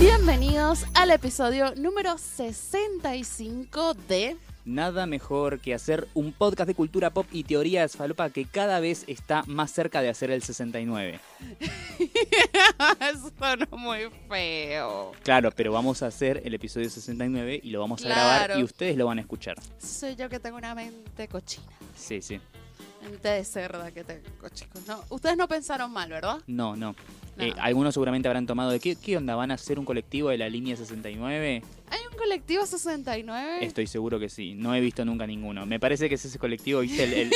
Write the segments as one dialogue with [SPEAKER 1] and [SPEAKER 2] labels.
[SPEAKER 1] bienvenidos al episodio número 65 de...
[SPEAKER 2] Nada mejor que hacer un podcast de cultura pop y teorías falopa que cada vez está más cerca de hacer el 69.
[SPEAKER 1] Sonó muy feo.
[SPEAKER 2] Claro, pero vamos a hacer el episodio 69 y lo vamos a grabar
[SPEAKER 1] Claro.
[SPEAKER 2] y ustedes lo van a escuchar.
[SPEAKER 1] Soy yo que tengo una mente cochina.
[SPEAKER 2] Sí, sí.
[SPEAKER 1] Mente de cerda que tengo, chicos. No, ustedes no pensaron mal, ¿verdad?
[SPEAKER 2] No, no.
[SPEAKER 1] No.
[SPEAKER 2] Eh, algunos seguramente habrán tomado de qué, qué onda, ¿van a ser un colectivo de la línea 69?
[SPEAKER 1] Hay un colectivo 69.
[SPEAKER 2] Estoy seguro que sí. No he visto nunca ninguno. Me parece que es ese colectivo, ¿viste? El, el,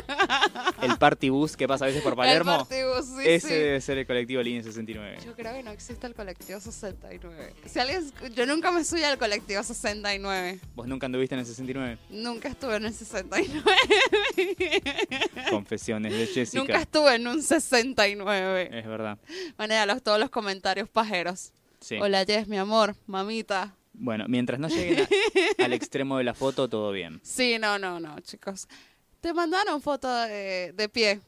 [SPEAKER 2] el party bus que pasa a veces por
[SPEAKER 1] El
[SPEAKER 2] Palermo.
[SPEAKER 1] partido, sí,
[SPEAKER 2] Ese
[SPEAKER 1] sí.
[SPEAKER 2] debe ser el colectivo Línea 69.
[SPEAKER 1] Yo creo que no existe el colectivo 69. Si alguien, yo nunca me subí al colectivo 69.
[SPEAKER 2] ¿Vos nunca anduviste en el 69?
[SPEAKER 1] Nunca estuve en el 69.
[SPEAKER 2] Confesiones de Jessica.
[SPEAKER 1] Nunca estuve en un 69.
[SPEAKER 2] Es verdad.
[SPEAKER 1] Bueno, ya los, todos los comentarios pajeros.
[SPEAKER 2] Sí.
[SPEAKER 1] Hola Jess, mi amor, mamita.
[SPEAKER 2] Bueno, mientras no lleguen a- al extremo de la foto, todo bien.
[SPEAKER 1] Sí, no, no, no, chicos. Te mandaron foto de, de pie.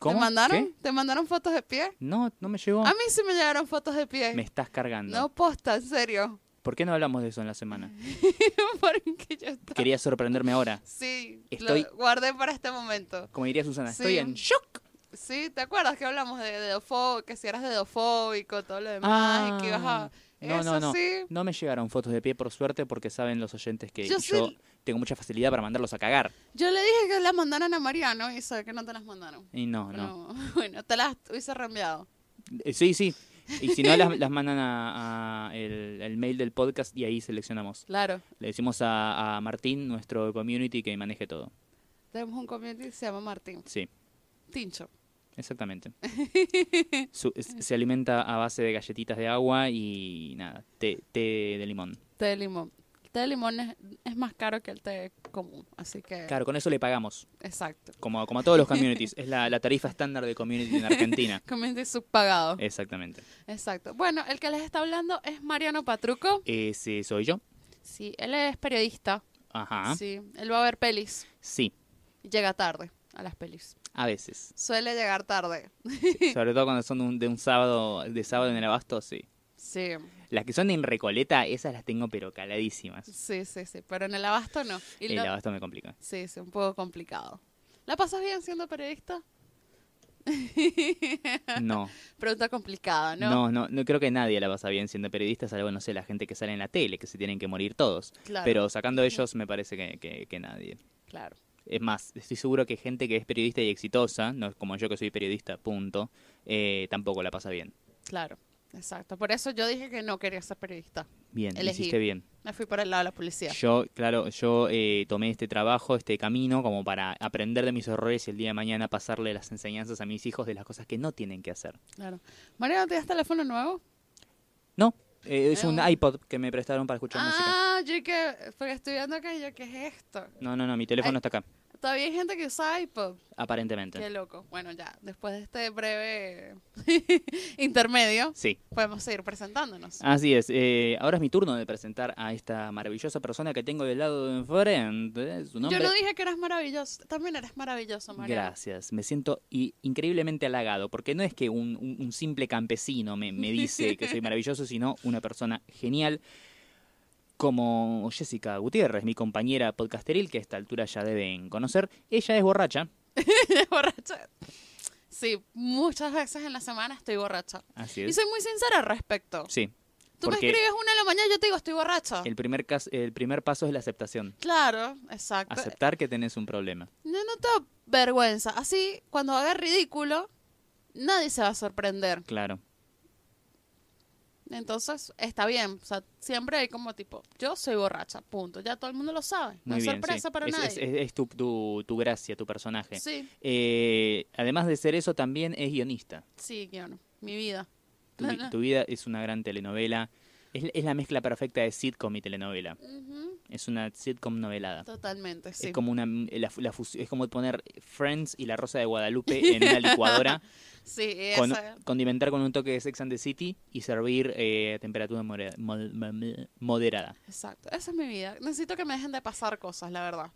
[SPEAKER 2] ¿Cómo?
[SPEAKER 1] ¿Te mandaron?
[SPEAKER 2] ¿Qué?
[SPEAKER 1] ¿Te mandaron fotos de pie?
[SPEAKER 2] No, no me llegó.
[SPEAKER 1] A mí sí me llegaron fotos de pie.
[SPEAKER 2] Me estás cargando.
[SPEAKER 1] No posta, en serio.
[SPEAKER 2] ¿Por qué no hablamos de eso en la semana?
[SPEAKER 1] Porque yo estaba...
[SPEAKER 2] Quería sorprenderme ahora.
[SPEAKER 1] Sí,
[SPEAKER 2] Estoy-
[SPEAKER 1] lo guardé para este momento.
[SPEAKER 2] Como diría Susana,
[SPEAKER 1] Sí.
[SPEAKER 2] estoy en shock.
[SPEAKER 1] Sí, ¿te acuerdas que hablamos de, de deofo- que si eras dedofóbico, todo lo demás, y que ibas a...
[SPEAKER 2] Ah, No,
[SPEAKER 1] Eso
[SPEAKER 2] no, no.
[SPEAKER 1] sí.
[SPEAKER 2] No me llegaron fotos de pie, por suerte, porque saben los oyentes que
[SPEAKER 1] Yo
[SPEAKER 2] yo,
[SPEAKER 1] sí-
[SPEAKER 2] tengo mucha facilidad para mandarlos a cagar.
[SPEAKER 1] Yo le dije que las mandaran a Mariano y sabe que no te las mandaron.
[SPEAKER 2] Y no, no.
[SPEAKER 1] Pero, bueno, te las hubiese reenviado.
[SPEAKER 2] Eh, Sí, sí. Y si no, las, las mandan a, a el, el mail del podcast y ahí seleccionamos.
[SPEAKER 1] Claro.
[SPEAKER 2] Le decimos a, a Martín, nuestro community, que maneje todo.
[SPEAKER 1] Tenemos un community que se llama Martín.
[SPEAKER 2] Sí,
[SPEAKER 1] Tincho.
[SPEAKER 2] exactamente. Su- es- se alimenta a base de galletitas de agua y nada, té, té de limón.
[SPEAKER 1] Té de limón. El té de limón es, es más caro que el té común, así que...
[SPEAKER 2] Claro, con eso le pagamos,
[SPEAKER 1] Exacto.
[SPEAKER 2] como, como a todos los communities. Es la, la tarifa estándar de community en Argentina.
[SPEAKER 1] Community subpagado.
[SPEAKER 2] Eh. Exactamente.
[SPEAKER 1] Exacto. Bueno, el que les está hablando es Mariano Patruco.
[SPEAKER 2] Ese soy yo.
[SPEAKER 1] Sí, él es periodista.
[SPEAKER 2] Ajá. Sí.
[SPEAKER 1] Sí, él va a ver pelis. y Llega tarde a las pelis.
[SPEAKER 2] a veces.
[SPEAKER 1] Suele llegar tarde.
[SPEAKER 2] Sobre todo cuando son de un, de un sábado, de sábado en el abasto, sí.
[SPEAKER 1] Sí,
[SPEAKER 2] Las que son en Recoleta, esas las tengo pero caladísimas.
[SPEAKER 1] sí, sí, sí. Pero en el abasto no. Y
[SPEAKER 2] El
[SPEAKER 1] lo-
[SPEAKER 2] abasto me complica.
[SPEAKER 1] Sí, es un poco complicado. ¿La pasas bien siendo periodista?
[SPEAKER 2] No,
[SPEAKER 1] Pregunta complicada, ¿no?
[SPEAKER 2] no, no, no creo que nadie la pasa bien siendo periodista, salvo, no sé, la gente que sale en la tele, que se tienen que morir todos.
[SPEAKER 1] Claro.
[SPEAKER 2] Pero sacando ellos, me parece que, que- que nadie.
[SPEAKER 1] Claro.
[SPEAKER 2] Es más, estoy seguro que gente que es periodista y exitosa, no es como yo que soy periodista, punto, eh, tampoco la pasa bien.
[SPEAKER 1] Claro, exacto. Por eso yo dije que no quería ser periodista.
[SPEAKER 2] Bien,
[SPEAKER 1] Elegí.
[SPEAKER 2] hiciste bien.
[SPEAKER 1] Me fui por el lado de la policía.
[SPEAKER 2] Yo, claro, yo eh, tomé este trabajo, este camino, como para aprender de mis errores y el día de mañana pasarle las enseñanzas a mis hijos de las cosas que no tienen que hacer.
[SPEAKER 1] Claro. Mariano, ¿tienes teléfono nuevo?
[SPEAKER 2] No, eh, es
[SPEAKER 1] Eh,
[SPEAKER 2] un
[SPEAKER 1] un-
[SPEAKER 2] iPod que me prestaron para escuchar música.
[SPEAKER 1] ah, yo que. Porque estoy viendo acá y yo, ¿qué es esto?
[SPEAKER 2] No, no, no, mi teléfono
[SPEAKER 1] Ay.
[SPEAKER 2] está acá,
[SPEAKER 1] Todavía hay gente que usa iPod. Qué
[SPEAKER 2] aparentemente.
[SPEAKER 1] loco. Bueno, ya, después de este breve intermedio,
[SPEAKER 2] Sí,
[SPEAKER 1] podemos seguir presentándonos.
[SPEAKER 2] así es. eh, ahora es mi turno de presentar a esta maravillosa persona que tengo del lado de enfrente. Su nombre...
[SPEAKER 1] Yo no dije que eras maravilloso. También eres maravilloso, Mariano.
[SPEAKER 2] Gracias, me siento i- increíblemente halagado, porque no es que un, un- un simple campesino me, me dice que soy maravilloso, sino una persona genial como Jessica Gutiérrez, mi compañera podcasteril, que a esta altura ya deben conocer. Ella es borracha,
[SPEAKER 1] borracha. Sí, muchas veces en la semana estoy borracha.
[SPEAKER 2] así
[SPEAKER 1] Y
[SPEAKER 2] es.
[SPEAKER 1] soy muy sincera al respecto.
[SPEAKER 2] Sí,
[SPEAKER 1] Tú me
[SPEAKER 2] porque-
[SPEAKER 1] escribes una de la mañana y yo te digo estoy borracha.
[SPEAKER 2] el primer, cas- el primer paso es la aceptación.
[SPEAKER 1] Claro, exacto.
[SPEAKER 2] Aceptar que tenés un problema.
[SPEAKER 1] No, no te da vergüenza. Así, cuando haga ridículo, nadie se va a sorprender.
[SPEAKER 2] Claro,
[SPEAKER 1] Entonces, está bien. O sea, siempre hay como tipo, yo soy borracha, punto. Ya todo el mundo lo sabe. No
[SPEAKER 2] muy
[SPEAKER 1] es
[SPEAKER 2] bien. sí.
[SPEAKER 1] sorpresa para
[SPEAKER 2] es,
[SPEAKER 1] nadie.
[SPEAKER 2] es- es- es tu, tu- tu gracia, tu personaje.
[SPEAKER 1] Sí,
[SPEAKER 2] Eh, además de ser eso, también es guionista.
[SPEAKER 1] sí, guión. Mi vida.
[SPEAKER 2] Tu, vi-
[SPEAKER 1] Ajá.
[SPEAKER 2] tu vida es una gran telenovela. Es, es la mezcla perfecta de sitcom y telenovela.
[SPEAKER 1] Ujú,
[SPEAKER 2] Es una sitcom novelada.
[SPEAKER 1] Totalmente, sí.
[SPEAKER 2] Ah. Es como una la fu- la fus- es como poner Friends y La Rosa de Guadalupe en una licuadora,
[SPEAKER 1] Sí,
[SPEAKER 2] con-
[SPEAKER 1] esa-
[SPEAKER 2] condimentar con un toque de Sex and the City y servir eh, a temperatura more- mol- mol- moderada.
[SPEAKER 1] Exacto, esa es mi vida. Necesito que me dejen de pasar cosas, la verdad.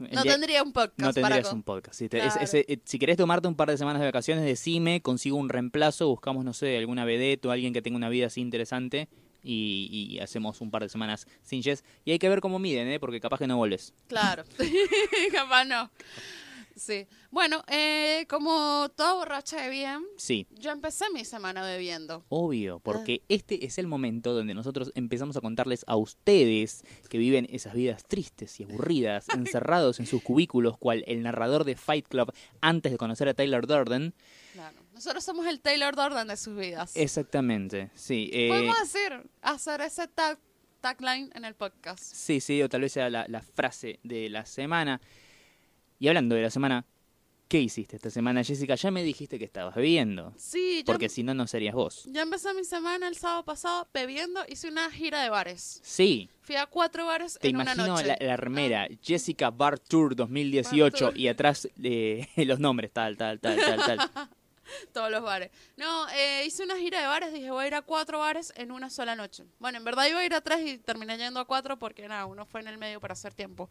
[SPEAKER 2] El
[SPEAKER 1] No
[SPEAKER 2] día-
[SPEAKER 1] tendría un podcast
[SPEAKER 2] Eh, no
[SPEAKER 1] para
[SPEAKER 2] tendrías
[SPEAKER 1] con-
[SPEAKER 2] un podcast. Si, te- es-
[SPEAKER 1] Claro.
[SPEAKER 2] es- eh, si querés tomarte un par de semanas de vacaciones, decime, consigo un reemplazo, buscamos, no sé, alguna vedette o alguien que tenga una vida así interesante. y, y hacemos un par de semanas sin Jess. Y hay que ver cómo miden, ¿eh? porque capaz que no volvés.
[SPEAKER 1] Claro, capaz no. Sí. Bueno, eh, como toda borracha de bien,
[SPEAKER 2] Sí,
[SPEAKER 1] yo empecé mi semana bebiendo.
[SPEAKER 2] obvio, porque este es el momento donde nosotros empezamos a contarles a ustedes que viven esas vidas tristes y aburridas, encerrados en sus cubículos, cual el narrador de Fight Club antes de conocer a Taylor Durden.
[SPEAKER 1] Claro. Nosotros somos el Taylor Jordan de sus vidas.
[SPEAKER 2] Exactamente, sí. eh,
[SPEAKER 1] Podemos decir, hacer ese tag, tagline en el podcast.
[SPEAKER 2] Sí, sí, o tal vez sea la, la frase de la semana. Y hablando de la semana, ¿qué hiciste esta semana, Jessica? Ya me dijiste que estabas bebiendo,
[SPEAKER 1] Sí, yo, em-,
[SPEAKER 2] porque si no, no serías vos.
[SPEAKER 1] yo empecé mi semana el sábado pasado bebiendo, hice una gira de bares.
[SPEAKER 2] Sí,
[SPEAKER 1] Fui a cuatro bares
[SPEAKER 2] te
[SPEAKER 1] en una
[SPEAKER 2] imagino
[SPEAKER 1] noche. Ah.
[SPEAKER 2] la, la remera Jessica Bar Tour 2018
[SPEAKER 1] Bar Tour.
[SPEAKER 2] y atrás eh, los nombres, tal, tal, tal, tal, tal.
[SPEAKER 1] Todos los bares. No, eh, hice una gira de bares, dije voy a ir a cuatro bares en una sola noche. Bueno, en verdad iba a ir a tres y terminé yendo a cuatro porque nada, uno fue en el medio para hacer tiempo.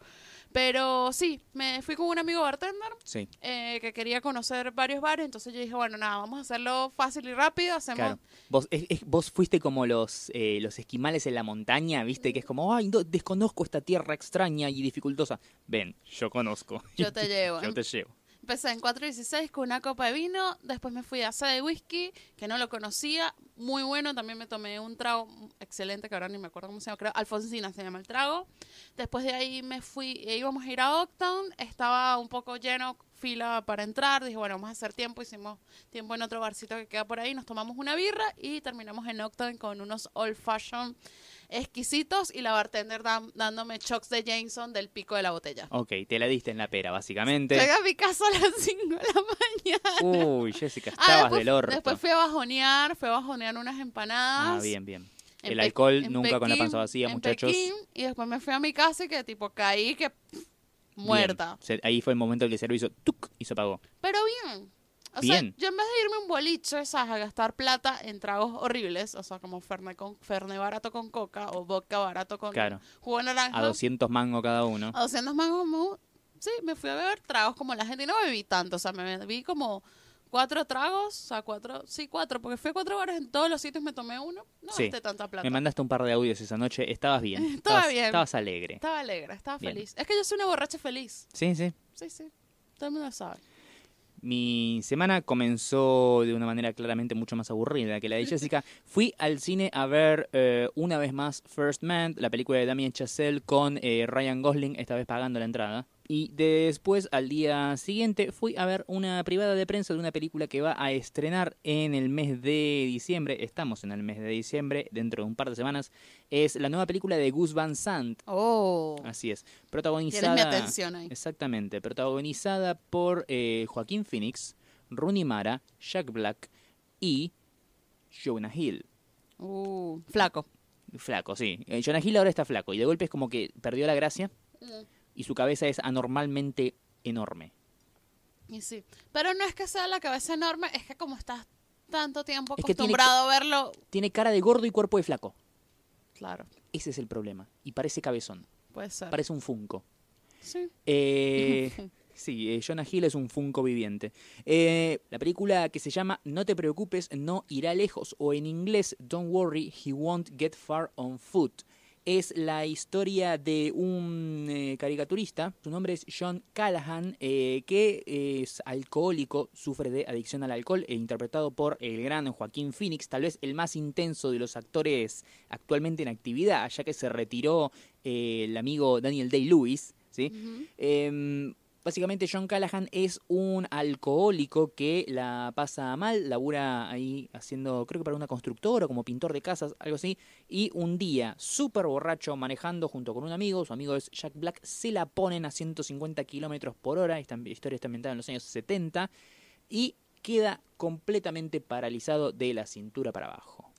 [SPEAKER 1] Pero sí, me fui con un amigo bartender
[SPEAKER 2] Sí,
[SPEAKER 1] eh, que quería conocer varios bares, entonces yo dije, bueno, nada, vamos a hacerlo fácil y rápido, hacemos...
[SPEAKER 2] claro. Vos, es- es- vos fuiste como los, eh, los esquimales en la montaña, viste, que es como, ay, no, desconozco esta tierra extraña y dificultosa. Ven, yo conozco.
[SPEAKER 1] Yo te llevo.
[SPEAKER 2] yo te llevo.
[SPEAKER 1] Empecé en 4.16 con una copa de vino, después me fui a Sede de Whisky, que no lo conocía, muy bueno, también me tomé un trago excelente, que ahora ni me acuerdo cómo se llama, creo, Alfonsina se llama el trago. Después de ahí me fui, e íbamos a ir a Oaktown, estaba un poco lleno, fila para entrar, dije, bueno, vamos a hacer tiempo, hicimos tiempo en otro barcito que queda por ahí, nos tomamos una birra y terminamos en Oaktown con unos old fashion exquisitos y la bartender dan- dándome shocks de Jameson del pico de la botella.
[SPEAKER 2] Ok, te la diste en la pera, básicamente.
[SPEAKER 1] Llega a mi casa a las 5 de la mañana.
[SPEAKER 2] Uy, Jessica,
[SPEAKER 1] Ah,
[SPEAKER 2] estabas
[SPEAKER 1] después,
[SPEAKER 2] del orto.
[SPEAKER 1] Después fui a bajonear, fui a bajonear unas empanadas.
[SPEAKER 2] ah, bien, bien.
[SPEAKER 1] en
[SPEAKER 2] El
[SPEAKER 1] Pe-
[SPEAKER 2] alcohol
[SPEAKER 1] en
[SPEAKER 2] nunca con la
[SPEAKER 1] Pekín,
[SPEAKER 2] panza vacía,
[SPEAKER 1] en
[SPEAKER 2] muchachos.
[SPEAKER 1] Pekín, y después me fui a mi casa y que tipo caí, que pff,
[SPEAKER 2] Bien.
[SPEAKER 1] muerta.
[SPEAKER 2] Se- Ahí fue el momento en que el servicio tuc, y se apagó.
[SPEAKER 1] Pero bien. O
[SPEAKER 2] Bien.
[SPEAKER 1] sea, yo en vez de irme a un boliche, ¿sabes? A gastar plata en tragos horribles, o sea, como Fernet, con, Fernet barato con coca o vodka barato con
[SPEAKER 2] Claro.
[SPEAKER 1] jugo de naranja.
[SPEAKER 2] A 200 mango cada uno.
[SPEAKER 1] A 200 mangos, mu- sí, me fui a beber tragos como la gente. Y no bebí tanto, o sea, me bebí como cuatro tragos, o sea, cuatro, sí, cuatro, porque fui a cuatro bares en todos los sitios, me tomé uno, no
[SPEAKER 2] Sí.
[SPEAKER 1] gasté tanta plata.
[SPEAKER 2] Me mandaste un par de audios esa noche. Estabas bien.
[SPEAKER 1] Estaba
[SPEAKER 2] estabas,
[SPEAKER 1] bien.
[SPEAKER 2] Estabas alegre.
[SPEAKER 1] Estaba alegre, estaba
[SPEAKER 2] Bien.
[SPEAKER 1] feliz. Es que yo soy una borracha feliz,
[SPEAKER 2] Sí, sí.
[SPEAKER 1] sí, sí, todo el mundo lo sabe.
[SPEAKER 2] Mi semana comenzó de una manera claramente mucho más aburrida que la de Jessica. Fui al cine a ver eh, una vez más First Man, la película de Damien Chazelle con eh, Ryan Gosling, esta vez pagando la entrada. Y después, al día siguiente, fui a ver una privada de prensa de una película que va a estrenar en el mes de diciembre. Estamos en el mes de diciembre, dentro de un par de semanas. Es la nueva película de Gus Van Sant.
[SPEAKER 1] Oh,
[SPEAKER 2] Así es.
[SPEAKER 1] tienes
[SPEAKER 2] Protagonizada.
[SPEAKER 1] mi atención ahí.
[SPEAKER 2] Exactamente, protagonizada por eh, Joaquín Phoenix, Rooney Mara, Jack Black y Jonah Hill.
[SPEAKER 1] Uh, flaco.
[SPEAKER 2] Flaco, sí. Eh, Jonah Hill ahora está flaco y de golpe es como que perdió la gracia
[SPEAKER 1] Mm,
[SPEAKER 2] y su cabeza es anormalmente enorme.
[SPEAKER 1] Y sí, pero no es que sea la cabeza enorme, es que como estás tanto tiempo
[SPEAKER 2] Es que tiene
[SPEAKER 1] acostumbrado a verlo,
[SPEAKER 2] Tiene cara de gordo y cuerpo de flaco.
[SPEAKER 1] claro,
[SPEAKER 2] Ese es el problema. Y parece cabezón,
[SPEAKER 1] puede ser.
[SPEAKER 2] parece un funko.
[SPEAKER 1] Sí.
[SPEAKER 2] Eh, sí, eh, Jonah Hill es un Funko viviente. Eh, la película que se llama No te preocupes, no irá lejos, o en inglés Don't worry, he won't get far on foot. Es la historia de un eh, caricaturista, su nombre es John Callahan, eh, que es alcohólico, sufre de adicción al alcohol, e interpretado por el gran Joaquín Phoenix, tal vez el más intenso de los actores actualmente en actividad, ya que se retiró eh, el amigo Daniel Day-Lewis, ¿sí?
[SPEAKER 1] Ujú.
[SPEAKER 2] Eh, básicamente John Callahan es un alcohólico que la pasa mal, labura ahí haciendo, creo que para una constructora, como pintor de casas, algo así, y un día, súper borracho, manejando junto con un amigo, su amigo es Jack Black, se la ponen a 150 kilómetros por hora, esta historia está ambientada en los años 70, y queda completamente paralizado de la cintura para abajo.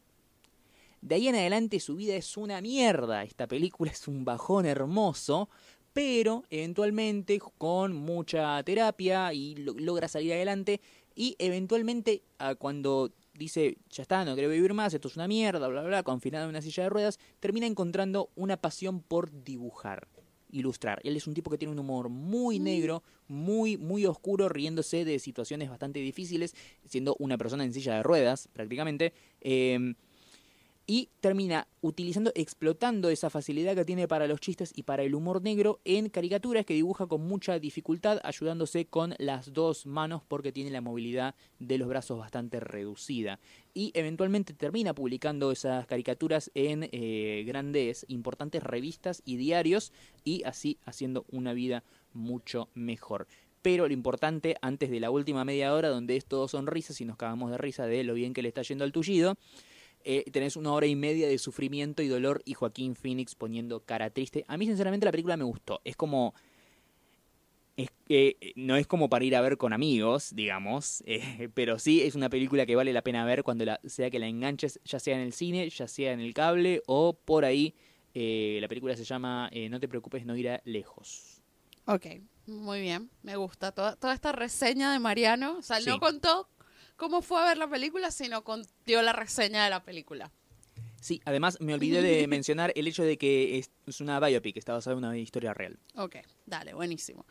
[SPEAKER 2] De ahí en adelante su vida es una mierda, esta película es un bajón hermoso, pero eventualmente con mucha terapia y lo- logra salir adelante y eventualmente a cuando dice ya está, no quiero vivir más, esto es una mierda, bla bla, bla confinado en una silla de ruedas, termina encontrando una pasión por dibujar, ilustrar. Él es un tipo que tiene un humor muy negro, muy muy oscuro, riéndose de situaciones bastante difíciles, siendo una persona en silla de ruedas prácticamente. eh, Y termina utilizando, explotando esa facilidad que tiene para los chistes y para el humor negro en caricaturas que dibuja con mucha dificultad, ayudándose con las dos manos porque tiene la movilidad de los brazos bastante reducida. Y eventualmente termina publicando esas caricaturas en eh, grandes, importantes revistas y diarios y así haciendo una vida mucho mejor pero lo importante antes de la última media hora, donde es todo sonrisas y nos cagamos de risa de lo bien que le está yendo al tullido, eh, tenés una hora y media de sufrimiento y dolor y Joaquín Phoenix poniendo cara triste. A mí, sinceramente, la película me gustó. Es como. Es, eh, no es como para ir a ver con amigos, digamos, eh, pero sí es una película que vale la pena ver cuando la, sea que la enganches, ya sea en el cine, ya sea en el cable o por ahí. eh, la película se llama eh, No te preocupes, no irá lejos.
[SPEAKER 1] Ok, muy bien, me gusta toda, toda esta reseña de Mariano. O sea,
[SPEAKER 2] Sí.
[SPEAKER 1] no contó cómo fue a ver la película, sino con- dio la reseña de la película.
[SPEAKER 2] Sí, además me olvidé de mencionar el hecho de que es, es una biopic, está basada en una historia real.
[SPEAKER 1] Ok, dale, buenísimo.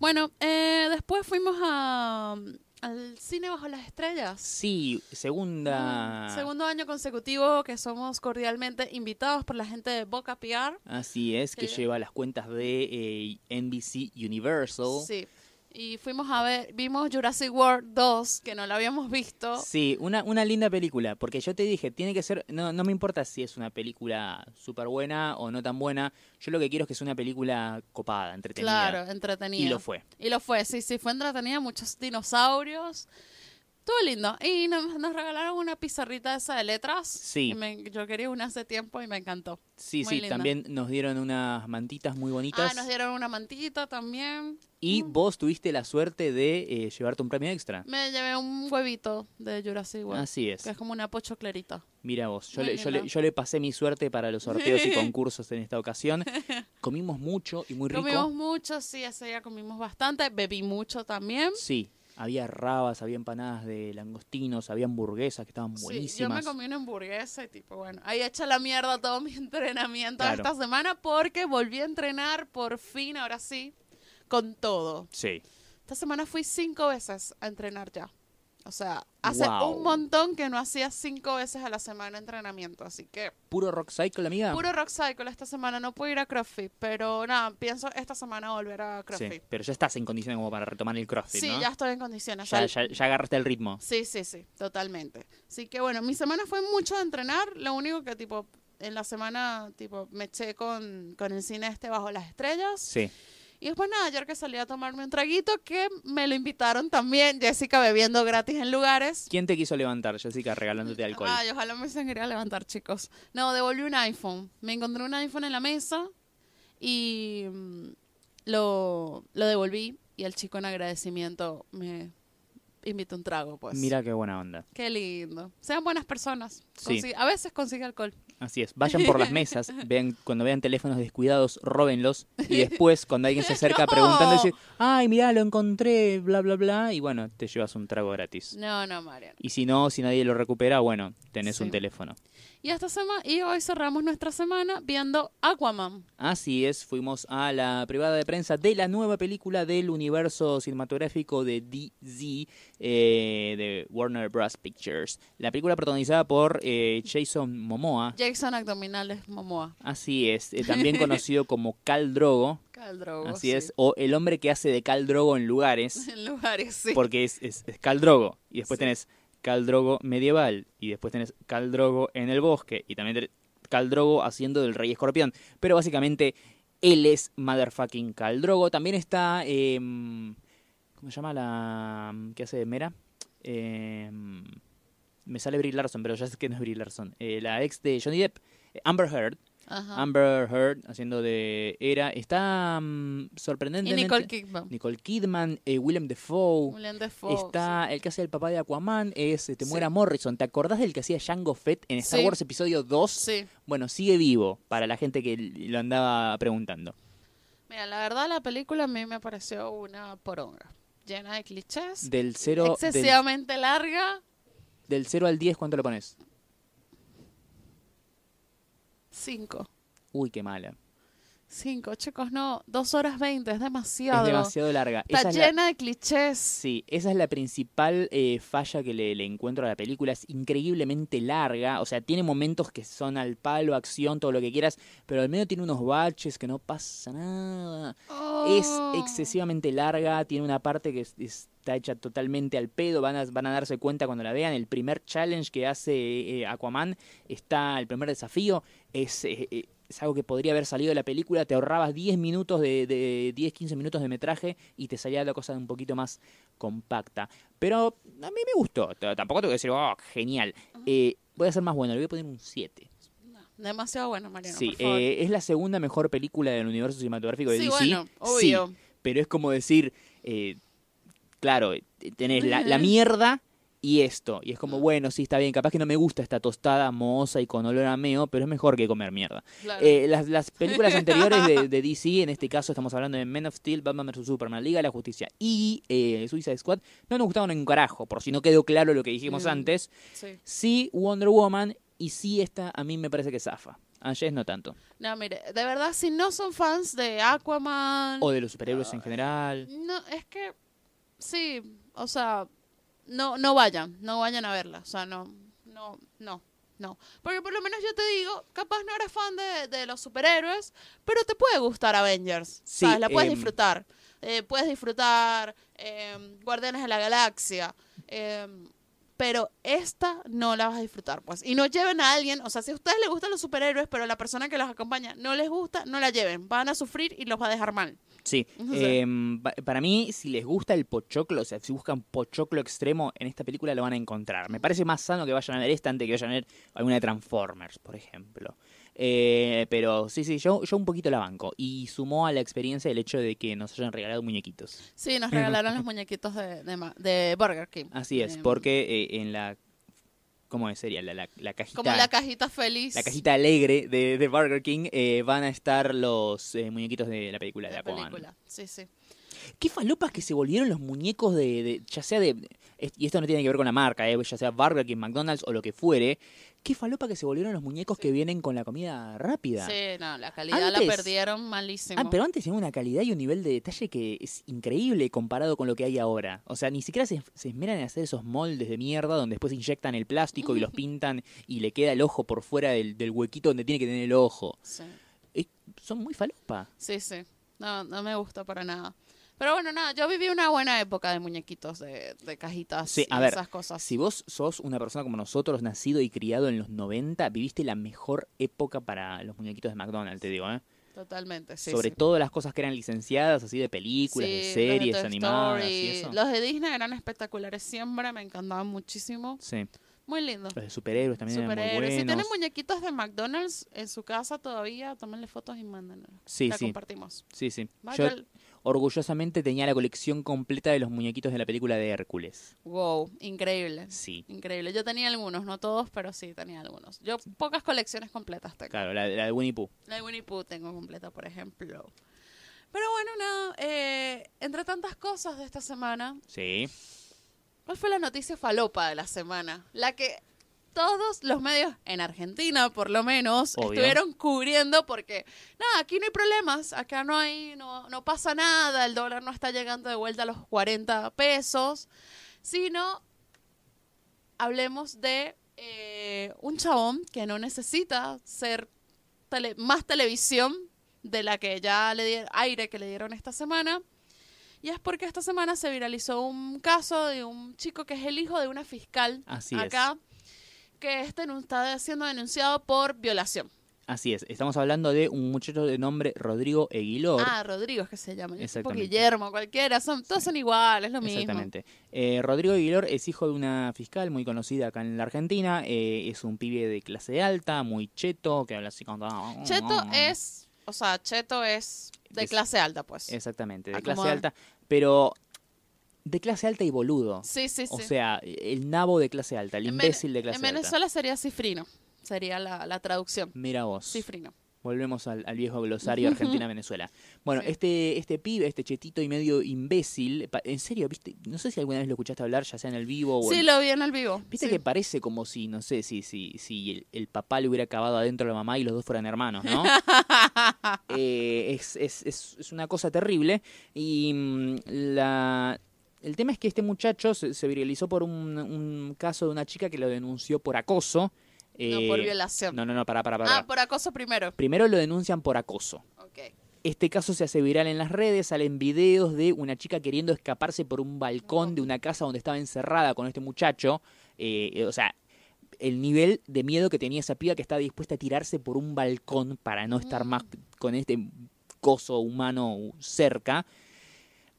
[SPEAKER 1] Bueno, eh, después fuimos a, al cine bajo las estrellas.
[SPEAKER 2] Sí, segunda.
[SPEAKER 1] Segundo año consecutivo que somos cordialmente invitados por la gente de Boca PR.
[SPEAKER 2] Así es, que
[SPEAKER 1] Sí.
[SPEAKER 2] lleva las cuentas de eh, NBC Universal.
[SPEAKER 1] Sí. Y fuimos a ver, vimos Jurassic World 2, que no la habíamos visto.
[SPEAKER 2] Sí, una, una linda película, porque yo te dije, tiene que ser, no, no me importa si es una película súper buena o no tan buena, yo lo que quiero es que sea una película copada, entretenida.
[SPEAKER 1] Claro, entretenida.
[SPEAKER 2] Y lo fue.
[SPEAKER 1] Y lo fue, sí, sí, fue entretenida, muchos dinosaurios. Estuvo lindo. Y nos, nos regalaron una pizarrita esa de letras.
[SPEAKER 2] Sí.
[SPEAKER 1] Y me- yo quería una hace tiempo y me encantó. Muy
[SPEAKER 2] Sí, sí,
[SPEAKER 1] linda.
[SPEAKER 2] también nos dieron unas mantitas muy bonitas
[SPEAKER 1] Ah, nos dieron una mantita también.
[SPEAKER 2] y vos tuviste la suerte de eh, llevarte un premio extra.
[SPEAKER 1] Me llevé un huevito de Jurassic World.
[SPEAKER 2] Así es.
[SPEAKER 1] Que es como una pochoclerita.
[SPEAKER 2] Mira vos, yo
[SPEAKER 1] pues, Muy
[SPEAKER 2] le, yo,
[SPEAKER 1] lindo.
[SPEAKER 2] le, yo le pasé mi suerte para los sorteos y concursos en esta ocasión. Comimos mucho y muy rico.
[SPEAKER 1] Comimos mucho, sí, ese día comimos bastante. Bebí mucho también.
[SPEAKER 2] Sí, había rabas, había empanadas de langostinos, había hamburguesas que estaban
[SPEAKER 1] Sí, yo me
[SPEAKER 2] buenísimas.
[SPEAKER 1] comí una hamburguesa y tipo, bueno, ahí echa la mierda todo mi entrenamiento
[SPEAKER 2] Claro.
[SPEAKER 1] esta semana porque volví a entrenar por fin, ahora sí, con todo.
[SPEAKER 2] Sí,
[SPEAKER 1] Esta semana fui cinco veces a entrenar ya. O sea, hace
[SPEAKER 2] Wow.
[SPEAKER 1] un montón que no hacía cinco veces a la semana entrenamiento, así que
[SPEAKER 2] puro rock cycle, amiga.
[SPEAKER 1] puro rock cycle esta semana, no pude ir a CrossFit, pero nada, pienso esta semana volver a
[SPEAKER 2] sí,
[SPEAKER 1] CrossFit.
[SPEAKER 2] pero ya estás en condiciones como para retomar el
[SPEAKER 1] Sí,
[SPEAKER 2] crossfit, ¿no?
[SPEAKER 1] ya estoy en condiciones.
[SPEAKER 2] ya,
[SPEAKER 1] al-
[SPEAKER 2] ya, ya agarraste el ritmo.
[SPEAKER 1] Sí, sí, sí, totalmente. Así que bueno, mi semana fue mucho de entrenar, lo único que tipo en la semana tipo me eché con, con el cine este bajo las estrellas
[SPEAKER 2] Sí.
[SPEAKER 1] y después nada, ayer que salí a tomarme un traguito que me lo invitaron también, Jessica bebiendo gratis en lugares.
[SPEAKER 2] ¿Quién te quiso levantar, Jessica, regalándote alcohol?
[SPEAKER 1] Ay, ojalá me hubiesen querido levantar, chicos. No, devolví un iPhone. Me encontré un iPhone en la mesa y mm, lo, lo devolví y el chico en agradecimiento me invitó un trago, pues.
[SPEAKER 2] Mira qué buena onda.
[SPEAKER 1] Qué lindo. Sean buenas personas.
[SPEAKER 2] Sí.
[SPEAKER 1] Consi- a veces consigue alcohol.
[SPEAKER 2] Así es. Vayan por las mesas, vean, cuando vean teléfonos descuidados, róbenlos. Y después, cuando alguien se acerca
[SPEAKER 1] No.
[SPEAKER 2] preguntando, decís, ay, mirá, lo encontré, bla, bla, bla. Y bueno, te llevas un trago gratis.
[SPEAKER 1] No, no, Mariano.
[SPEAKER 2] Y si no, si nadie lo recupera, bueno, tenés
[SPEAKER 1] Sí.
[SPEAKER 2] un teléfono.
[SPEAKER 1] Y esta semana, y hoy cerramos nuestra semana viendo Aquaman.
[SPEAKER 2] Así es, fuimos a la privada de prensa de la nueva película del universo cinematográfico de DZ, eh, de Warner Bros. Pictures. La película protagonizada por eh, Jason Momoa.
[SPEAKER 1] Jackson Abdominales Momoa.
[SPEAKER 2] Así es, eh, también conocido como Cal Drogo.
[SPEAKER 1] Caldrogo.
[SPEAKER 2] Así es, o el hombre que hace de Cal Drogo en lugares,
[SPEAKER 1] En lugares, sí.
[SPEAKER 2] porque es, es, es Khal Drogo. Y después
[SPEAKER 1] Sí.
[SPEAKER 2] tenés Cal Drogo medieval, y después tenés Cal Drogo en el bosque, y también tenés Khal Drogo haciendo del rey escorpión. Pero básicamente, él es motherfucking Khal Drogo. También está, em, ¿cómo se llama la que hace de Mera? Em, me sale Brie Larson, pero ya sé que no es Brie Larson. Eh, la ex de Johnny Depp, eh, Amber Heard.
[SPEAKER 1] Ajá.
[SPEAKER 2] Amber Heard haciendo de Era. Está mm,
[SPEAKER 1] y
[SPEAKER 2] sorprendentemente.
[SPEAKER 1] Nicole Kidman.
[SPEAKER 2] Nicole Kidman, eh, Willem Dafoe.
[SPEAKER 1] Willem Dafoe,
[SPEAKER 2] está el que hace el papá de Aquaman, es eh, Temuera
[SPEAKER 1] Sí.
[SPEAKER 2] Morrison. ¿Te acordás del que hacía Django Fett en Star
[SPEAKER 1] Sí.
[SPEAKER 2] Wars Episodio 2?
[SPEAKER 1] Sí. Sí.
[SPEAKER 2] Bueno, sigue vivo para la gente que l- lo andaba preguntando.
[SPEAKER 1] Mira, la verdad la película a mí me pareció una poronga. Llena de clichés.
[SPEAKER 2] Del 0 del,
[SPEAKER 1] excesivamente larga.
[SPEAKER 2] del 0 al 10, ¿cuánto lo pones?
[SPEAKER 1] Cinco.
[SPEAKER 2] Uy, qué mala.
[SPEAKER 1] Cinco, chicos, no. Dos horas veinte, es demasiado.
[SPEAKER 2] Es demasiado larga.
[SPEAKER 1] Está
[SPEAKER 2] Esa es la-
[SPEAKER 1] llena de clichés.
[SPEAKER 2] Sí, esa es la principal eh, falla que le, le encuentro a la película. Es increíblemente larga. O sea, tiene momentos que son al palo, acción, todo lo que quieras. Pero al medio tiene unos baches que no pasa nada. Es
[SPEAKER 1] Oh.
[SPEAKER 2] excesivamente larga. Tiene una parte que es- está hecha totalmente al pedo. Van a, van a darse cuenta cuando la vean. El primer challenge que hace eh, Aquaman está. El primer desafío es. eh, eh, es algo que podría haber salido de la película, te ahorrabas 10 minutos de, de 10, 15 minutos de metraje y te salía la cosa un poquito más compacta. Pero a mí me gustó. T- Tampoco tengo que decir, oh, genial. Eh, voy a ser más bueno, le voy a poner un 7.
[SPEAKER 1] No, demasiado bueno, Mariano.
[SPEAKER 2] sí,
[SPEAKER 1] por favor.
[SPEAKER 2] eh, es la segunda mejor película del universo cinematográfico de
[SPEAKER 1] sí,
[SPEAKER 2] DC.
[SPEAKER 1] bueno,
[SPEAKER 2] Sí,
[SPEAKER 1] obvio.
[SPEAKER 2] pero es como decir, eh, claro, eh, tenés la, la mierda y esto. Y es
[SPEAKER 1] Ah.
[SPEAKER 2] como, bueno, sí, está bien, capaz que no me gusta esta tostada mohosa y con olor a meo, pero es mejor que comer mierda.
[SPEAKER 1] claro.
[SPEAKER 2] Eh, las, las películas anteriores de, de DC, en este caso estamos hablando de Men of Steel, Batman vs. Superman, Liga de la Justicia y eh, Suicide Squad, no nos gustaron en un carajo, por si no quedó claro lo que dijimos
[SPEAKER 1] Mm.
[SPEAKER 2] antes.
[SPEAKER 1] sí.
[SPEAKER 2] Sí, Wonder Woman y sí, esta a mí me parece que zafa. A Jess no tanto.
[SPEAKER 1] No, mire, de verdad, si no son fans de Aquaman.
[SPEAKER 2] O de los superhéroes
[SPEAKER 1] Ah.
[SPEAKER 2] en general.
[SPEAKER 1] No, es que. Sí, o sea. No, no vayan, no vayan a verla. O sea, no, no, no, no. Porque por lo menos yo te digo, capaz no eres fan de, de los superhéroes, pero te puede gustar Avengers.
[SPEAKER 2] Sí,
[SPEAKER 1] ¿Sabes? La puedes
[SPEAKER 2] em.
[SPEAKER 1] disfrutar. Eh, puedes disfrutar em, Guardianes de la Galaxia. em, pero esta no la vas a disfrutar, pues. Y no lleven a alguien, o sea, si a ustedes les gustan los superhéroes, pero la persona que los acompaña no les gusta, no la lleven. Van a sufrir y los va a dejar mal.
[SPEAKER 2] Sí.
[SPEAKER 1] No sé.
[SPEAKER 2] Em, pa- para mí, si les gusta el pochoclo, o sea, si buscan pochoclo extremo, en esta película lo van a encontrar. Me parece más sano que vayan a ver esta antes que vayan a ver alguna de Transformers, por ejemplo. Eh, pero sí, sí, yo, yo un poquito la banco. Y sumó a la experiencia el hecho de que nos hayan regalado muñequitos.
[SPEAKER 1] Sí, nos regalaron los muñequitos de, de, ma- de Burger King.
[SPEAKER 2] Así es,
[SPEAKER 1] Em,
[SPEAKER 2] porque eh, en la... ¿Cómo sería? La, la, la cajita...
[SPEAKER 1] Como la cajita feliz.
[SPEAKER 2] la cajita alegre de, de Burger King eh, van a estar los eh, muñequitos de la película de,
[SPEAKER 1] de
[SPEAKER 2] Aquaman.
[SPEAKER 1] película. Sí, sí.
[SPEAKER 2] Qué falopas que se volvieron los muñecos de, de- ya sea de, es- y esto no tiene que ver con la marca, eh, ya sea Burger King, McDonald's o lo que fuere, qué falopa que se volvieron los muñecos que vienen con la comida rápida.
[SPEAKER 1] Sí, no, la calidad la
[SPEAKER 2] Antes-
[SPEAKER 1] perdieron malísimo.
[SPEAKER 2] Ah, pero antes tenía una calidad y un nivel de detalle que es increíble comparado con lo que hay ahora. O sea, ni siquiera se, se esmeran en hacer esos moldes de mierda donde después inyectan el plástico y los pintan y le queda el ojo por fuera del, del huequito donde tiene que tener el ojo.
[SPEAKER 1] Sí,
[SPEAKER 2] Eh, son muy falopa.
[SPEAKER 1] sí. sí. No, no me gusta para nada. Pero bueno, nada, yo viví una buena época de muñequitos, de, de cajitas
[SPEAKER 2] Sí, a
[SPEAKER 1] y
[SPEAKER 2] ver,
[SPEAKER 1] esas cosas.
[SPEAKER 2] Si vos sos una persona como nosotros, nacido y criado en los 90, viviste la mejor época para los muñequitos de McDonald's, te digo, ¿eh?
[SPEAKER 1] Totalmente, sí.
[SPEAKER 2] Sobre
[SPEAKER 1] sí.
[SPEAKER 2] todo las cosas que eran licenciadas, así de películas,
[SPEAKER 1] Sí,
[SPEAKER 2] de
[SPEAKER 1] los
[SPEAKER 2] series
[SPEAKER 1] Toy
[SPEAKER 2] animadas y
[SPEAKER 1] Story,
[SPEAKER 2] eso.
[SPEAKER 1] Los de Disney eran espectaculares siempre, me encantaban muchísimo.
[SPEAKER 2] Sí,
[SPEAKER 1] Muy lindo.
[SPEAKER 2] los de superhéroes también eran muy
[SPEAKER 1] Superhéroes. Si
[SPEAKER 2] buenos.
[SPEAKER 1] tienen muñequitos de McDonald's en su casa todavía, tómenle fotos y mándenlas.
[SPEAKER 2] Sí,
[SPEAKER 1] la
[SPEAKER 2] sí.
[SPEAKER 1] compartimos.
[SPEAKER 2] Sí, sí. Yo
[SPEAKER 1] Vaya-
[SPEAKER 2] orgullosamente tenía la colección completa de los muñequitos de la película de Hércules.
[SPEAKER 1] Wow, increíble.
[SPEAKER 2] Sí.
[SPEAKER 1] Increíble. Yo tenía algunos, no todos, pero sí tenía algunos. Yo pocas colecciones completas tengo.
[SPEAKER 2] Claro, la, la de Winnie Pooh.
[SPEAKER 1] La de Winnie Pooh tengo completa, por ejemplo. Pero bueno, nada. eh, entre tantas cosas de esta semana,
[SPEAKER 2] Sí.
[SPEAKER 1] ¿cuál fue la noticia falopa de la semana? La que todos los medios en Argentina, por lo menos,
[SPEAKER 2] Obvio.
[SPEAKER 1] estuvieron cubriendo porque, nada, aquí no hay problemas, acá no hay, no, no pasa nada, el dólar no está llegando de vuelta a los 40 pesos, sino hablemos de eh, un chabón que no necesita ser tele- más televisión de la que ya le dieron aire que le dieron esta semana. Y es porque esta semana se viralizó un caso de un chico que es el hijo de una fiscal
[SPEAKER 2] Así es.
[SPEAKER 1] acá, que este denun- está siendo denunciado por violación.
[SPEAKER 2] Así es. Estamos hablando de un muchacho de nombre Rodrigo Eguilor.
[SPEAKER 1] Ah, Rodrigo es que se llama. Yo tipo
[SPEAKER 2] Exactamente.
[SPEAKER 1] Guillermo, cualquiera, son, todos son iguales, lo mismo.
[SPEAKER 2] Exactamente. Eh, Rodrigo Aguilor es hijo de una fiscal muy conocida acá en la Argentina. eh, es un pibe de clase alta, muy cheto, que habla así "Ah, mm, con...
[SPEAKER 1] Cheto es, o sea, Cheto es de
[SPEAKER 2] Es-
[SPEAKER 1] clase alta, pues.
[SPEAKER 2] Exactamente, de
[SPEAKER 1] Acomoda.
[SPEAKER 2] clase alta. Pero de clase alta y boludo.
[SPEAKER 1] sí, sí, sí.
[SPEAKER 2] O sea, el nabo de clase alta, el
[SPEAKER 1] En Vene-
[SPEAKER 2] imbécil de clase
[SPEAKER 1] en
[SPEAKER 2] alta.
[SPEAKER 1] Venezuela sería cifrino, sería la, la traducción.
[SPEAKER 2] Mira vos.
[SPEAKER 1] Cifrino.
[SPEAKER 2] Volvemos al, al viejo glosario Argentina-Venezuela. Bueno,
[SPEAKER 1] Sí.
[SPEAKER 2] este, este pibe, este chetito y medio imbécil, pa- en serio, ¿viste? No sé si alguna vez lo escuchaste hablar, ya sea en el vivo o
[SPEAKER 1] Sí,
[SPEAKER 2] en-
[SPEAKER 1] lo vi en el vivo.
[SPEAKER 2] Viste
[SPEAKER 1] sí.
[SPEAKER 2] que parece como si, no sé, si, si, si el, el papá le hubiera acabado adentro a la mamá y los dos fueran hermanos, ¿no? Eh, es, es- es- es una cosa terrible. Y mm, la, el tema es que este muchacho se, se viralizó por un, un caso de una chica que lo denunció por acoso.
[SPEAKER 1] No,
[SPEAKER 2] Eh,
[SPEAKER 1] por violación.
[SPEAKER 2] No, no, no, pará, pará, pará.
[SPEAKER 1] Ah, por acoso primero.
[SPEAKER 2] Primero lo denuncian por acoso.
[SPEAKER 1] Ok.
[SPEAKER 2] Este caso se hace viral en las redes, salen videos de una chica queriendo escaparse por un balcón de una casa donde estaba encerrada con este muchacho. Eh, eh, o sea, el nivel de miedo que tenía esa piba que estaba dispuesta a tirarse por un balcón para no estar más con este coso humano cerca.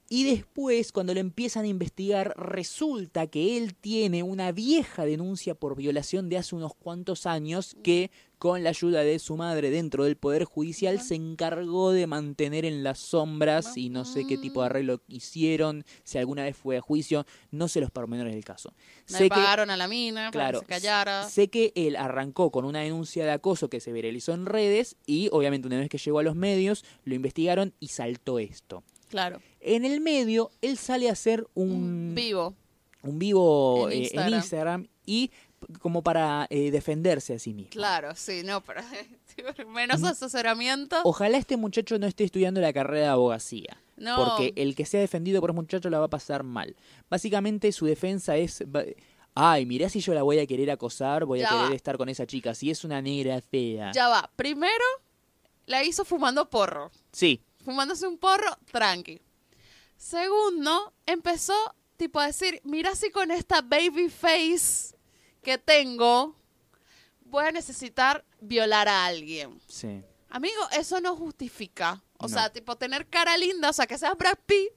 [SPEAKER 2] Y después, cuando lo empiezan a investigar, resulta que él tiene una vieja denuncia por violación de hace unos cuantos años que, con la ayuda de su madre dentro del Poder Judicial,
[SPEAKER 1] Ujú.
[SPEAKER 2] se encargó de mantener en las sombras y no sé qué tipo de arreglo hicieron, si alguna vez fue a juicio, no sé los pormenores del caso.
[SPEAKER 1] Le
[SPEAKER 2] Sé que-
[SPEAKER 1] pagaron a la mina
[SPEAKER 2] Claro.
[SPEAKER 1] para que se callara.
[SPEAKER 2] Sé que él arrancó con una denuncia de acoso que se viralizó en redes y obviamente una vez que llegó a los medios lo investigaron y saltó esto.
[SPEAKER 1] Claro.
[SPEAKER 2] En el medio él sale a hacer un,
[SPEAKER 1] Un vivo.
[SPEAKER 2] un vivo
[SPEAKER 1] En
[SPEAKER 2] eh, en, Instagram.
[SPEAKER 1] Instagram.
[SPEAKER 2] y p- como para eh, defenderse a sí mismo.
[SPEAKER 1] Claro, sí, no, pero menos asesoramiento.
[SPEAKER 2] Ojalá este muchacho no esté estudiando la carrera de abogacía.
[SPEAKER 1] no.
[SPEAKER 2] Porque el que sea defendido por un muchacho la va a pasar mal. Básicamente su defensa es... va- Ay, mirá si yo la voy a querer acosar, voy
[SPEAKER 1] Ya
[SPEAKER 2] a querer
[SPEAKER 1] va.
[SPEAKER 2] estar con esa chica. Si es una negra fea.
[SPEAKER 1] Ya va. Primero la hizo fumando porro.
[SPEAKER 2] Sí,
[SPEAKER 1] Fumándose un porro, tranqui. Segundo, empezó tipo a decir, mira si con esta baby face que tengo voy a necesitar violar a alguien.
[SPEAKER 2] sí.
[SPEAKER 1] Amigo, eso no justifica. O
[SPEAKER 2] No.
[SPEAKER 1] sea, tipo, tener cara linda, o sea, que seas Brad Pitt,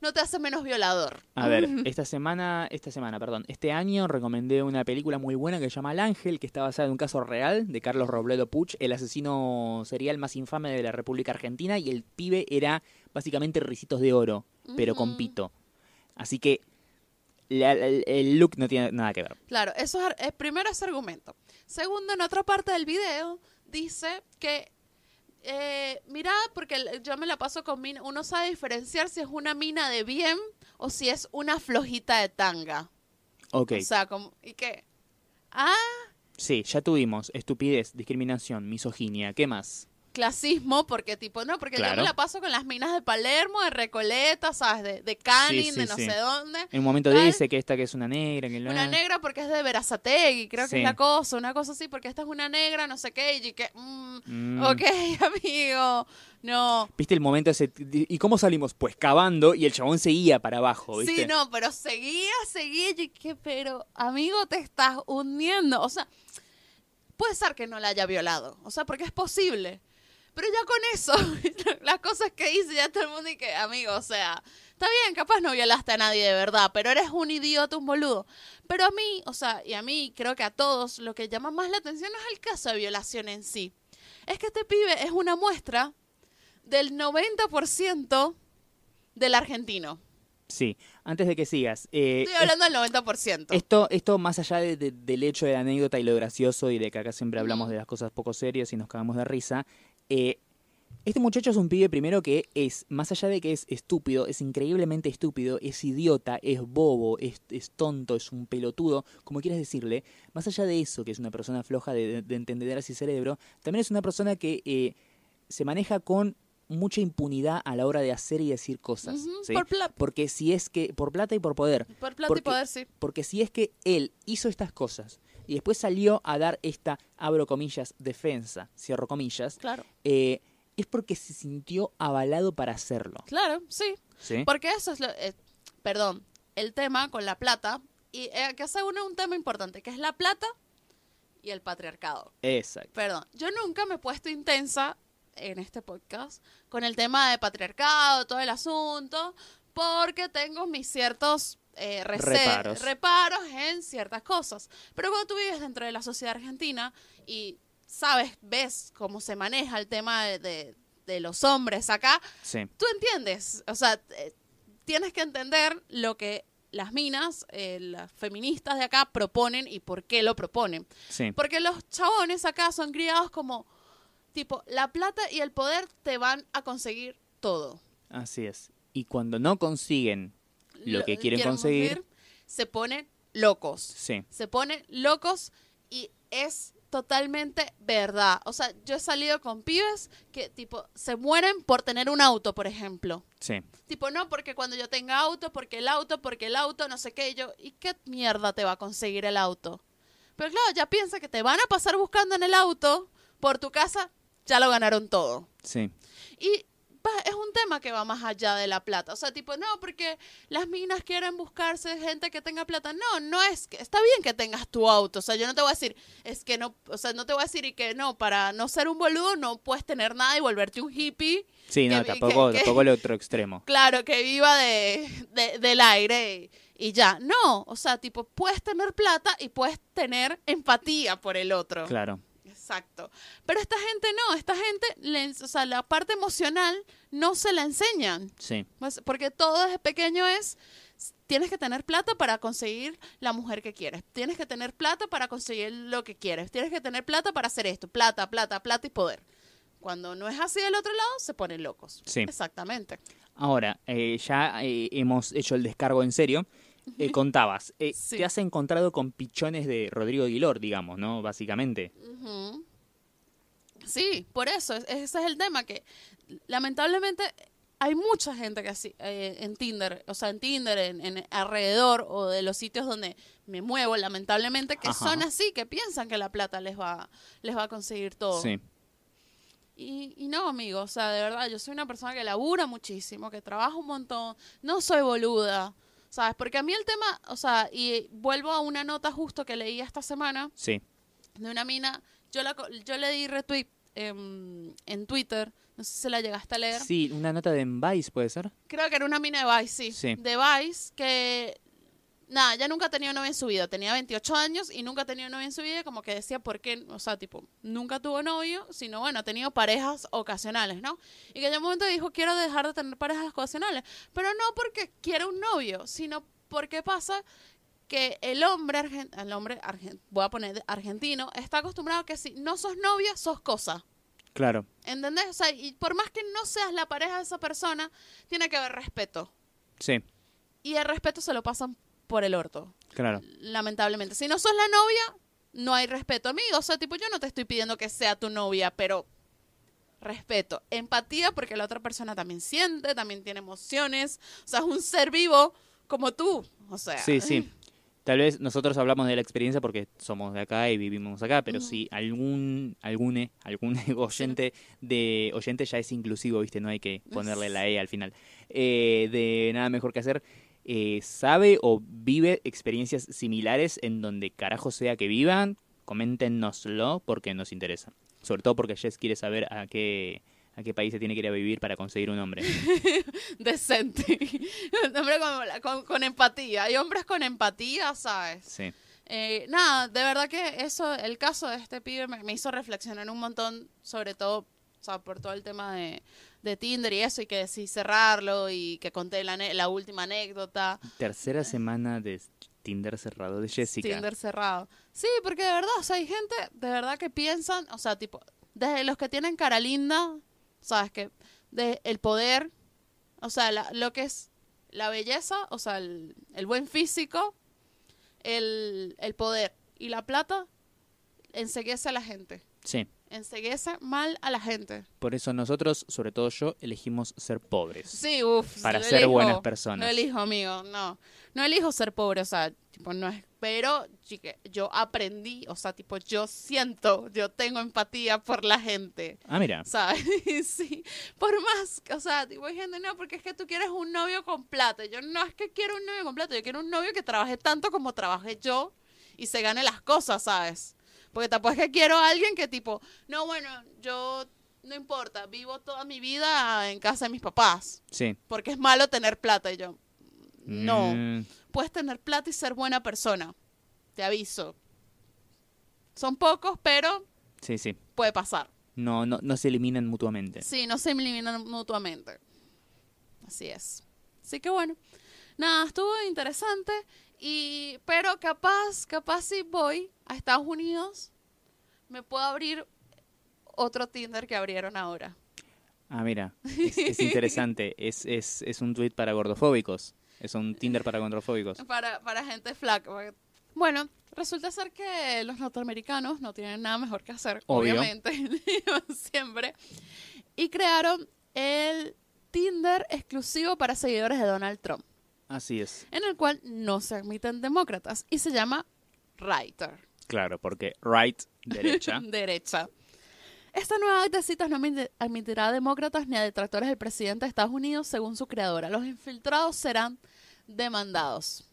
[SPEAKER 1] no te hace menos violador.
[SPEAKER 2] A ver, esta semana, esta semana, perdón, este año recomendé una película muy buena que se llama El Ángel, que está basada en un caso real de Carlos Robledo Puch, el asesino serial más infame de la República Argentina, y el pibe era básicamente Ricitos de Oro, pero con
[SPEAKER 1] Ujú.
[SPEAKER 2] pito. Así que la- la- el look no tiene nada que ver.
[SPEAKER 1] Claro, eso es, ar- eh, primero ese argumento. Segundo, en otra parte del video dice que, eh, mira, porque el- yo me la paso con mina, uno sabe diferenciar si es una mina de bien o si es una flojita de tanga.
[SPEAKER 2] Ok,
[SPEAKER 1] O sea, como, ¿y qué? Ah,
[SPEAKER 2] sí, ya tuvimos estupidez, discriminación, misoginia, ¿qué más?
[SPEAKER 1] clasismo, porque tipo, no, porque yo
[SPEAKER 2] Claro.
[SPEAKER 1] me la paso con las minas de Palermo, de Recoleta, ¿sabes? De, de Canning,
[SPEAKER 2] Sí, sí,
[SPEAKER 1] de no
[SPEAKER 2] sí.
[SPEAKER 1] sé dónde.
[SPEAKER 2] En un momento
[SPEAKER 1] Tal-
[SPEAKER 2] dice que esta que es una negra, que la-
[SPEAKER 1] Una negra porque es de Verazategui, creo que
[SPEAKER 2] Sí.
[SPEAKER 1] es la cosa, una cosa así, porque esta es una negra, no sé qué, y que, mm,
[SPEAKER 2] Mm.
[SPEAKER 1] ok, amigo, no.
[SPEAKER 2] ¿Viste el momento ese? ¿Y cómo salimos? Pues cavando y el chabón seguía para abajo, ¿viste?
[SPEAKER 1] Sí, no, pero seguía, seguía, y que, pero amigo, te estás hundiendo. O sea, puede ser que no la haya violado, o sea, porque es posible. Pero ya con eso, las cosas que hice, ya todo el mundo y que, amigo, o sea, está bien, capaz no violaste a nadie de verdad, pero eres un idiota, un boludo. Pero a mí, o sea, y a mí, creo que a todos, lo que llama más la atención no es el caso de violación en sí. Es que este pibe es una muestra del 90% del argentino.
[SPEAKER 2] Sí. antes de que sigas. eh,
[SPEAKER 1] Estoy hablando del 90%.
[SPEAKER 2] es- esto, esto, más allá de- de- del hecho de la anécdota y lo gracioso y de que acá siempre hablamos
[SPEAKER 1] Ujú.
[SPEAKER 2] de las cosas poco serias y nos cagamos de risa, eh, este muchacho es un pibe primero que es, más allá de que es estúpido, es increíblemente estúpido, es idiota, es bobo, es, es tonto, es un pelotudo, como quieras decirle, más allá de eso, que es una persona floja de, de entender así cerebro, también es una persona que eh, se maneja con mucha impunidad a la hora de hacer y decir cosas.
[SPEAKER 1] Ujú,
[SPEAKER 2] ¿sí?
[SPEAKER 1] por, pla-
[SPEAKER 2] Porque si es que, por plata y por poder,
[SPEAKER 1] por plata
[SPEAKER 2] porque-
[SPEAKER 1] y poder, sí.
[SPEAKER 2] porque si es que él hizo estas cosas y después salió a dar esta, abro comillas, defensa, cierro comillas,
[SPEAKER 1] Claro,
[SPEAKER 2] eh, es porque se sintió avalado para hacerlo.
[SPEAKER 1] claro, sí.
[SPEAKER 2] ¿sí?
[SPEAKER 1] Porque eso es lo. eh, perdón, el tema con la plata. Y eh, que hace uno un tema importante, que es la plata y el patriarcado.
[SPEAKER 2] Exacto.
[SPEAKER 1] Perdón, yo nunca me he puesto intensa en este podcast con el tema de patriarcado, todo el asunto, porque tengo mis ciertos eh, rece-
[SPEAKER 2] Reparos.
[SPEAKER 1] reparos en ciertas cosas. Pero cuando tú vives dentro de la sociedad argentina y sabes, ves cómo se maneja el tema de, de- de los hombres acá,
[SPEAKER 2] Sí.
[SPEAKER 1] tú entiendes, o sea, eh, tienes que entender lo que las minas, eh, las feministas de acá proponen y por qué lo proponen.
[SPEAKER 2] Sí.
[SPEAKER 1] Porque los chabones acá son criados como tipo, la plata y el poder te van a conseguir todo.
[SPEAKER 2] Así es. Y cuando no consiguen lo, que quieren conseguir,
[SPEAKER 1] se ponen locos.
[SPEAKER 2] sí.
[SPEAKER 1] Se ponen locos y es totalmente verdad. O sea, yo he salido con pibes que tipo se mueren por tener un auto, por ejemplo.
[SPEAKER 2] Sí.
[SPEAKER 1] Tipo, no, porque cuando yo tenga auto, porque el auto, porque el auto, no sé qué, y yo, ¿y qué mierda te va a conseguir el auto? Pero claro, ya piensa que te van a pasar buscando en el auto por tu casa, ya lo ganaron todo.
[SPEAKER 2] Sí.
[SPEAKER 1] Y va- es un tema que va más allá de la plata. O sea, tipo, no, porque las minas quieren buscarse gente que tenga plata. No, no es que. Está bien que tengas tu auto. O sea, yo no te voy a decir, es que no. O sea, no te voy a decir y que no, para no ser un boludo no puedes tener nada y volverte un hippie.
[SPEAKER 2] Sí, no,
[SPEAKER 1] Que-
[SPEAKER 2] tampoco,
[SPEAKER 1] que- que-
[SPEAKER 2] tampoco el otro extremo.
[SPEAKER 1] Claro, que viva de, de- del aire y, y ya. No, o sea, tipo, puedes tener plata y puedes tener empatía por el otro.
[SPEAKER 2] Claro.
[SPEAKER 1] Exacto. Pero esta gente no, esta gente, le ens- o sea, la parte emocional no se la enseñan.
[SPEAKER 2] Sí.
[SPEAKER 1] Pues, Porque todo desde pequeño es, s- tienes que tener plata para conseguir la mujer que quieres, tienes que tener plata para conseguir lo que quieres, tienes que tener plata para hacer esto, plata, plata, plata y poder. Cuando no es así del otro lado, se ponen locos.
[SPEAKER 2] Sí.
[SPEAKER 1] Exactamente.
[SPEAKER 2] Ahora, eh, ya eh, hemos hecho el descargo en serio. Eh, contabas, eh,
[SPEAKER 1] Sí.
[SPEAKER 2] te has encontrado con pichones de Rodrigo Aguilor, digamos, ¿no? Básicamente.
[SPEAKER 1] Ujú. Sí, por eso, es- ese es el tema, que lamentablemente hay mucha gente que así, eh, en Tinder, o sea, en Tinder, en, en alrededor o de los sitios donde me muevo, lamentablemente, que
[SPEAKER 2] Ajá.
[SPEAKER 1] son así, que piensan que la plata les va, les va a conseguir todo.
[SPEAKER 2] Sí.
[SPEAKER 1] Y, y no, amigo, o sea, de verdad, yo soy una persona que labura muchísimo, que trabaja un montón, no soy boluda, ¿sabes? Porque a mí el tema, o sea, y vuelvo a una nota justo que leí esta semana,
[SPEAKER 2] Sí.
[SPEAKER 1] de una mina. Yo, la, co- yo le di retweet em, en Twitter. No sé si se la llegaste a leer.
[SPEAKER 2] Sí, una nota de Vice, ¿puede ser?
[SPEAKER 1] Creo que era una mina de Vice, sí.
[SPEAKER 2] Sí.
[SPEAKER 1] De Vice, que. Nada, ya nunca tenía novia en su vida. Tenía 28 años y nunca tenía novia en su vida. y Como que decía, ¿por qué? O sea, tipo, nunca tuvo novio, sino bueno, ha tenido parejas ocasionales, ¿no? Y que en un momento dijo, quiero dejar de tener parejas ocasionales. Pero no porque quiera un novio, sino porque pasa que el hombre, argen- el hombre argen- voy a poner argentino, está acostumbrado que si no sos novia, sos cosa.
[SPEAKER 2] Claro.
[SPEAKER 1] ¿Entendés? O sea, y por más que no seas la pareja de esa persona, tiene que haber respeto.
[SPEAKER 2] Sí,
[SPEAKER 1] Y el respeto se lo pasan por el orto,
[SPEAKER 2] claro.
[SPEAKER 1] lamentablemente. Si no sos la novia, no hay respeto, amigo. O sea, tipo, yo no te estoy pidiendo que sea tu novia, pero respeto, empatía, porque la otra persona también siente, también tiene emociones. O sea, es un ser vivo como tú. O sea,
[SPEAKER 2] Sí, sí. Tal vez nosotros hablamos de la experiencia porque somos de acá y vivimos acá, pero si algún algún algún oyente de oyente ya es inclusivo, ¿viste? No hay que ponerle la e al final. Eh, de nada mejor que hacer eh, sabe o vive experiencias similares en donde carajo sea que vivan, coméntenoslo porque nos interesa. Sobre todo porque Jess quiere saber a qué a qué país se tiene que ir a vivir para conseguir un hombre.
[SPEAKER 1] decente. Un hombre con, con- con empatía. Hay hombres con empatía, ¿sabes?
[SPEAKER 2] Sí,
[SPEAKER 1] Eh, nada, de verdad que eso, el caso de este pibe me, me hizo reflexionar un montón, sobre todo, o sea, por todo el tema de, de Tinder y eso, y que decidí cerrarlo, y que conté la, ane- la última anécdota,
[SPEAKER 2] tercera semana de Tinder cerrado de Jessica.
[SPEAKER 1] Tinder cerrado. Sí, porque de verdad, o sea, hay gente de verdad que piensan, o sea, tipo, desde los que tienen cara linda, sabes que, de el poder, o sea, la- lo que es la belleza, o sea, el, el buen físico, el, el poder y la plata, enseguece a la gente.
[SPEAKER 2] Sí.
[SPEAKER 1] Enseguece mal a la gente.
[SPEAKER 2] Por eso nosotros, sobre todo yo, elegimos ser pobres.
[SPEAKER 1] Sí, uff.
[SPEAKER 2] Para ser buenas personas.
[SPEAKER 1] No elijo, amigo, no. No elijo ser pobre, o sea, tipo, no es. Pero chique, yo aprendí, o sea, tipo, yo siento, yo tengo empatía por la gente.
[SPEAKER 2] Ah, mira.
[SPEAKER 1] ¿Sabes? sí. Por más, o sea, tipo, hay gente, no, porque es que tú quieres un novio con plata. Yo no es que quiero un novio con plata, yo quiero un novio que trabaje tanto como trabajé yo y se gane las cosas, ¿sabes? Porque tampoco es que quiero a alguien que tipo, no, bueno, yo no importa, vivo toda mi vida en casa de mis papás
[SPEAKER 2] Sí.
[SPEAKER 1] porque es malo tener plata. Y yo, no,
[SPEAKER 2] Mm,
[SPEAKER 1] puedes tener plata y ser buena persona. Te aviso. Son pocos, pero
[SPEAKER 2] sí, sí.
[SPEAKER 1] puede pasar.
[SPEAKER 2] No, no, no se eliminan mutuamente.
[SPEAKER 1] Sí, no se eliminan mutuamente. Así es. Así que bueno, nada, estuvo interesante. Y, pero capaz, capaz si voy a Estados Unidos, me puedo abrir otro Tinder que abrieron ahora.
[SPEAKER 2] Ah, mira, es, es interesante. Es, es, es un tweet para gordofóbicos. Es un Tinder para gordofóbicos.
[SPEAKER 1] Para, para gente flaca. porque- Bueno, resulta ser que los norteamericanos no tienen nada mejor que hacer,
[SPEAKER 2] Obvio.
[SPEAKER 1] obviamente, siempre. Y crearon el Tinder exclusivo para seguidores de Donald Trump,
[SPEAKER 2] Así es.
[SPEAKER 1] en el cual no se admiten demócratas y se llama Writer.
[SPEAKER 2] Claro, porque right, derecha.
[SPEAKER 1] Derecha. Esta nueva acta de citas no admite- admitirá a demócratas ni a detractores del presidente de Estados Unidos, según su creadora. Los infiltrados serán demandados.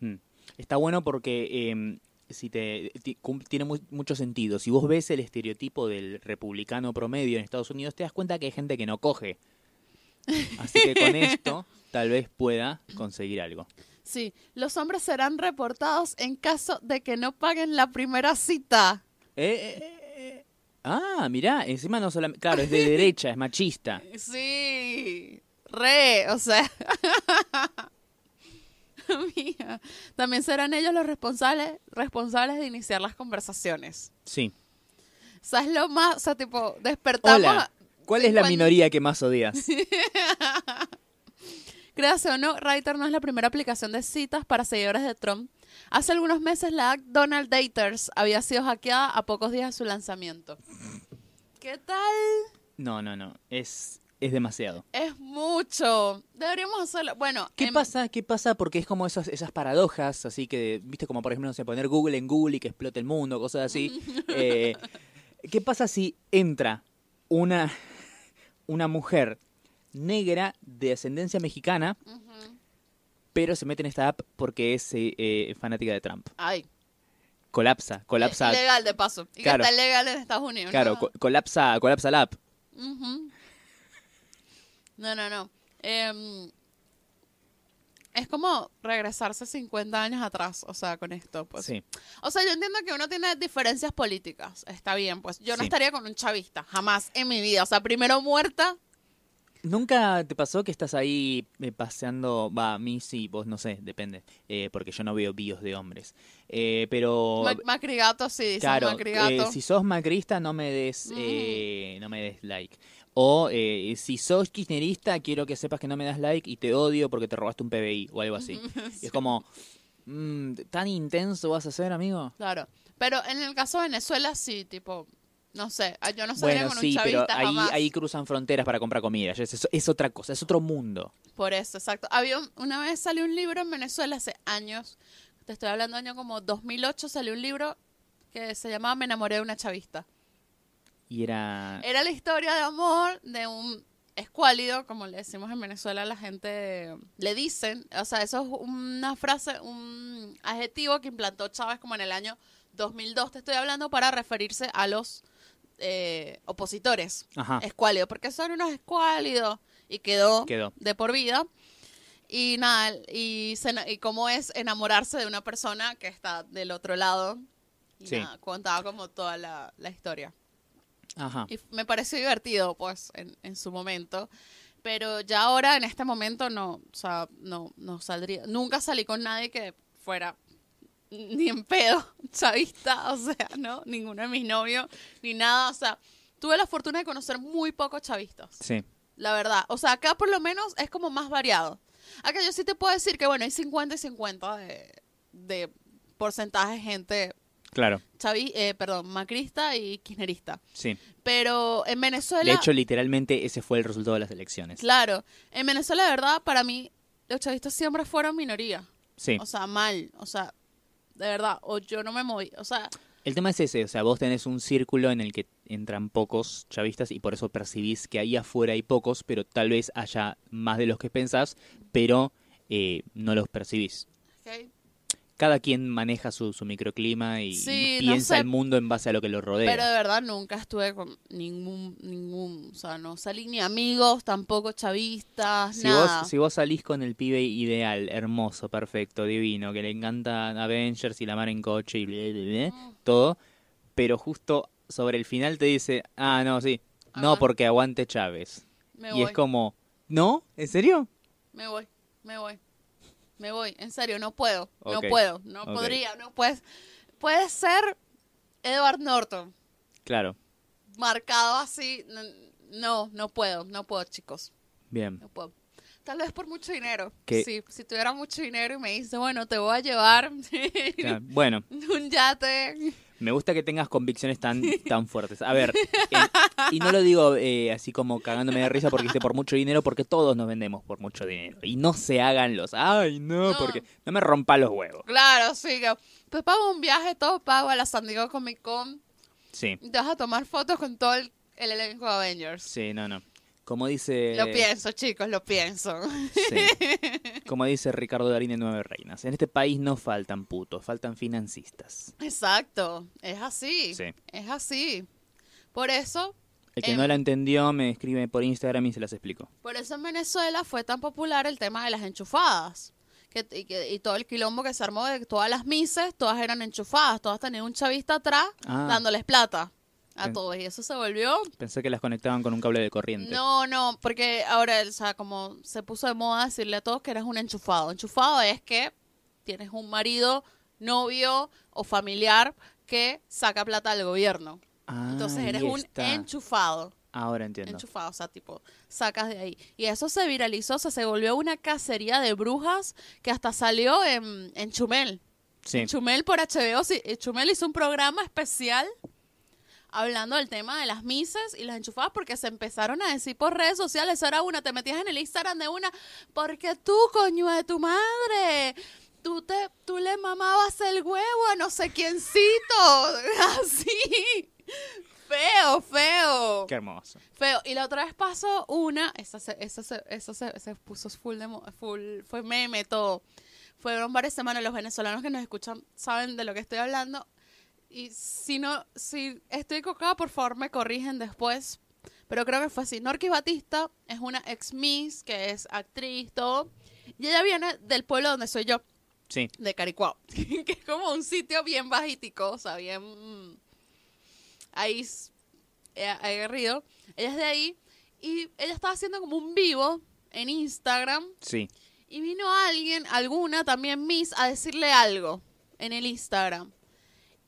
[SPEAKER 2] Mm. Está bueno porque eh, si te, ti- cum- tiene mu- mucho sentido. Si vos ves el estereotipo del republicano promedio en Estados Unidos, te das cuenta que hay gente que no coge. Así que con esto tal vez pueda conseguir algo.
[SPEAKER 1] Sí, los hombres serán reportados en caso de que no paguen la primera cita.
[SPEAKER 2] Eh, eh, eh, eh. Ah, mirá, encima no solamente... Claro, es de derecha, es machista.
[SPEAKER 1] Sí, re, o sea. Amiga, También serán ellos los responsables, responsables de iniciar las conversaciones.
[SPEAKER 2] Sí.
[SPEAKER 1] O sea, es lo más, o sea, tipo, despertamos,
[SPEAKER 2] Hola, ¿cuál es la
[SPEAKER 1] Cuando-
[SPEAKER 2] minoría que más odias?
[SPEAKER 1] Créase o no, Writer no es la primera aplicación de citas para seguidores de Trump. Hace algunos meses la app Donald Daters había sido hackeada a pocos días de su lanzamiento. ¿Qué tal?
[SPEAKER 2] No, no, no, es, es demasiado.
[SPEAKER 1] Es mucho. Deberíamos hacerlo. Bueno,
[SPEAKER 2] ¿Qué
[SPEAKER 1] em,
[SPEAKER 2] pasa? ¿Qué pasa? Porque es como esas, esas paradojas, así que, viste, como por ejemplo, no sé, poner Google en Google y que explote el mundo, cosas así. Eh, ¿Qué pasa si entra una, una mujer negra de ascendencia mexicana,
[SPEAKER 1] ujú.
[SPEAKER 2] pero se mete en esta app porque es eh, eh, fanática de Trump?
[SPEAKER 1] Ay.
[SPEAKER 2] Colapsa, colapsa.
[SPEAKER 1] le- Legal, de paso. Y
[SPEAKER 2] Claro.
[SPEAKER 1] que está legal en Estados Unidos.
[SPEAKER 2] Claro,
[SPEAKER 1] ¿no?
[SPEAKER 2] co- colapsa, colapsa la app.
[SPEAKER 1] Ujú. No, no, no. Em, es como regresarse 50 años atrás, o sea, con esto. Pues.
[SPEAKER 2] Sí.
[SPEAKER 1] O sea, yo entiendo que uno tiene diferencias políticas. Está bien, pues. Yo no
[SPEAKER 2] Sí.
[SPEAKER 1] estaría con un chavista, jamás en mi vida. O sea, primero muerta.
[SPEAKER 2] ¿Nunca te pasó que estás ahí eh, paseando? Va, a mí sí, vos no sé, depende, eh, porque yo no veo bios de hombres. Eh, pero
[SPEAKER 1] Mac- Macrigato, sí, dice
[SPEAKER 2] Claro,
[SPEAKER 1] Macrigato.
[SPEAKER 2] eh, si sos macrista no me des eh, no me des like. O eh, si sos kirchnerista quiero que sepas que no me das like y te odio porque te robaste un PBI o algo así. Y es como mm, tan intenso vas a ser, amigo.
[SPEAKER 1] Claro. Pero en el caso de Venezuela, sí, tipo, no sé. ah, Yo no sabría
[SPEAKER 2] Bueno,
[SPEAKER 1] con
[SPEAKER 2] sí,
[SPEAKER 1] un
[SPEAKER 2] pero
[SPEAKER 1] chavista
[SPEAKER 2] ahí,
[SPEAKER 1] jamás.
[SPEAKER 2] ahí cruzan fronteras para comprar comida. Es, es- es otra cosa, es otro mundo.
[SPEAKER 1] Por eso, exacto. Había un- una vez salió un libro en Venezuela hace años. Te estoy hablando año como 2008 salió un libro que se llamaba Me enamoré de una chavista.
[SPEAKER 2] Y era...
[SPEAKER 1] Era la historia de amor de un escuálido, como le decimos en Venezuela, la gente le dicen, o sea, eso es una frase, un adjetivo que implantó Chávez como en el año 2002, te estoy hablando, para referirse a los eh, opositores
[SPEAKER 2] Ajá,
[SPEAKER 1] escuálidos, porque son unos escuálidos y quedó,
[SPEAKER 2] Ah. quedó.
[SPEAKER 1] de por vida. Y nada, y, se ena- y cómo es enamorarse de una persona que está del otro lado. Y
[SPEAKER 2] Sí.
[SPEAKER 1] nada, contaba como toda la, la historia.
[SPEAKER 2] Ajá.
[SPEAKER 1] Y me pareció divertido, pues, en, en su momento. Pero ya ahora, en este momento, no, o sea, no, no saldría. Nunca salí con nadie que fuera ni en pedo chavista, o sea, no, ninguno de mis novios, ni nada, o sea, tuve la fortuna de conocer muy pocos chavistas
[SPEAKER 2] Sí.
[SPEAKER 1] la verdad. O sea, acá por lo menos es como más variado. Acá yo sí te puedo decir que, bueno, hay 50 y 50 de, de porcentaje de gente
[SPEAKER 2] Claro,
[SPEAKER 1] chavi, eh, perdón, macrista y kirchnerista.
[SPEAKER 2] sí.
[SPEAKER 1] Pero en Venezuela,
[SPEAKER 2] De hecho, literalmente ese fue el resultado de las elecciones.
[SPEAKER 1] claro, en Venezuela, de verdad, para mí, los chavistas siempre fueron minoría.
[SPEAKER 2] Sí.
[SPEAKER 1] O sea, mal, o sea, de verdad, o yo no me moví, o sea,
[SPEAKER 2] El tema es ese, o sea, vos tenés un círculo en el que entran pocos chavistas y por eso percibís que ahí afuera hay pocos, pero tal vez haya más de los que pensás, pero eh, no los percibís.
[SPEAKER 1] ok,
[SPEAKER 2] Cada quien maneja su, su microclima y
[SPEAKER 1] Sí, no
[SPEAKER 2] piensa
[SPEAKER 1] sé.
[SPEAKER 2] el mundo en base a lo que lo rodea.
[SPEAKER 1] Pero de verdad nunca estuve con ningún, ningún, o sea, no salí ni amigos, tampoco chavistas,
[SPEAKER 2] si,
[SPEAKER 1] nada.
[SPEAKER 2] vos, si vos salís con el pibe ideal, hermoso, perfecto, divino, que le encantan Avengers y la mar en coche y ble, ble, ble,
[SPEAKER 1] Mm,
[SPEAKER 2] todo, pero justo sobre el final te dice, ah, no, sí, no
[SPEAKER 1] Ajá.
[SPEAKER 2] porque aguante Chávez.
[SPEAKER 1] Me
[SPEAKER 2] y
[SPEAKER 1] voy.
[SPEAKER 2] es como, ¿no? ¿En serio?
[SPEAKER 1] Me voy, me voy, me voy. En serio, no puedo,
[SPEAKER 2] Ok,
[SPEAKER 1] no puedo, no
[SPEAKER 2] ok.
[SPEAKER 1] podría, no puedes. Puedes ser Edward Norton,
[SPEAKER 2] Claro,
[SPEAKER 1] marcado así. n- No, no puedo, no puedo, chicos.
[SPEAKER 2] Bien.
[SPEAKER 1] No puedo. Tal vez por mucho dinero.
[SPEAKER 2] Que-
[SPEAKER 1] Sí, si tuviera mucho dinero y me dice, bueno, te voy a llevar
[SPEAKER 2] Claro. Bueno,
[SPEAKER 1] un yate.
[SPEAKER 2] me gusta que tengas convicciones tan, tan fuertes. A ver, eh, y no lo digo eh, así como cagándome de risa porque hice por mucho dinero, porque todos nos vendemos por mucho dinero. Y no se hagan los, ay, no,
[SPEAKER 1] No.
[SPEAKER 2] porque no me rompa los huevos.
[SPEAKER 1] Claro, sí. que, Pues pago un viaje todo pago a la San Diego Comic Con.
[SPEAKER 2] Sí,
[SPEAKER 1] y Te vas a tomar fotos con todo el, el elenco de Avengers.
[SPEAKER 2] sí, no, no. Como dice...
[SPEAKER 1] Lo pienso, chicos, lo pienso.
[SPEAKER 2] Sí. Como dice Ricardo Darín de Nueve Reinas, en este país no faltan putos, faltan financistas.
[SPEAKER 1] Exacto, es así.
[SPEAKER 2] Sí.
[SPEAKER 1] Es así. Por eso,
[SPEAKER 2] El que
[SPEAKER 1] Em.
[SPEAKER 2] no la entendió me escribe por Instagram y se las explico.
[SPEAKER 1] por eso en Venezuela fue tan popular el tema de las enchufadas. Que, y, que- y todo el quilombo que se armó de que todas las mises, todas eran enchufadas, todas tenían un chavista atrás
[SPEAKER 2] Ah.
[SPEAKER 1] dándoles plata a
[SPEAKER 2] Pen-
[SPEAKER 1] todos. Y eso se volvió
[SPEAKER 2] Pensé que las conectaban con un cable de corriente.
[SPEAKER 1] No, no, porque ahora, o sea, como se puso de moda decirle a todos que eres un enchufado. Enchufado es que tienes un marido, novio o familiar que saca plata del gobierno.
[SPEAKER 2] Ah,
[SPEAKER 1] Entonces
[SPEAKER 2] ahí
[SPEAKER 1] eres un
[SPEAKER 2] está.
[SPEAKER 1] enchufado.
[SPEAKER 2] Ahora entiendo.
[SPEAKER 1] Enchufado, o sea, tipo, sacas de ahí. Y eso se viralizó, o sea, se volvió una cacería de brujas que hasta salió en, en Chumel.
[SPEAKER 2] Sí.
[SPEAKER 1] Chumel por HBO, sí, eh, Chumel hizo un programa especial hablando del tema de las mises y las enchufadas porque se empezaron a decir por redes sociales, era una, te metías en el Instagram de una, porque tú, coño de tu madre, tú, te, tú le mamabas el huevo a no sé quiéncito, así, feo, feo.
[SPEAKER 2] Qué hermoso.
[SPEAKER 1] Feo. Y la otra vez pasó una, esa se, esa se, esa se, se puso full de mo- full, fue meme todo. Fueron varias semanas, los venezolanos que nos escuchan saben de lo que estoy hablando. Y si no, si estoy cocada, por favor me corrigen después. Pero creo que fue así. Norquis Batista es una ex Miss, que es actriz, todo. Y ella viene del pueblo donde soy yo,
[SPEAKER 2] Sí.
[SPEAKER 1] de Caricuao. que es como un sitio bien bajitico, o sea, bien... mm, Ahí s- eh, aguerrido. Ella es de ahí. Y ella estaba haciendo como un vivo en Instagram.
[SPEAKER 2] Sí.
[SPEAKER 1] Y vino alguien, alguna también Miss, a decirle algo en el Instagram.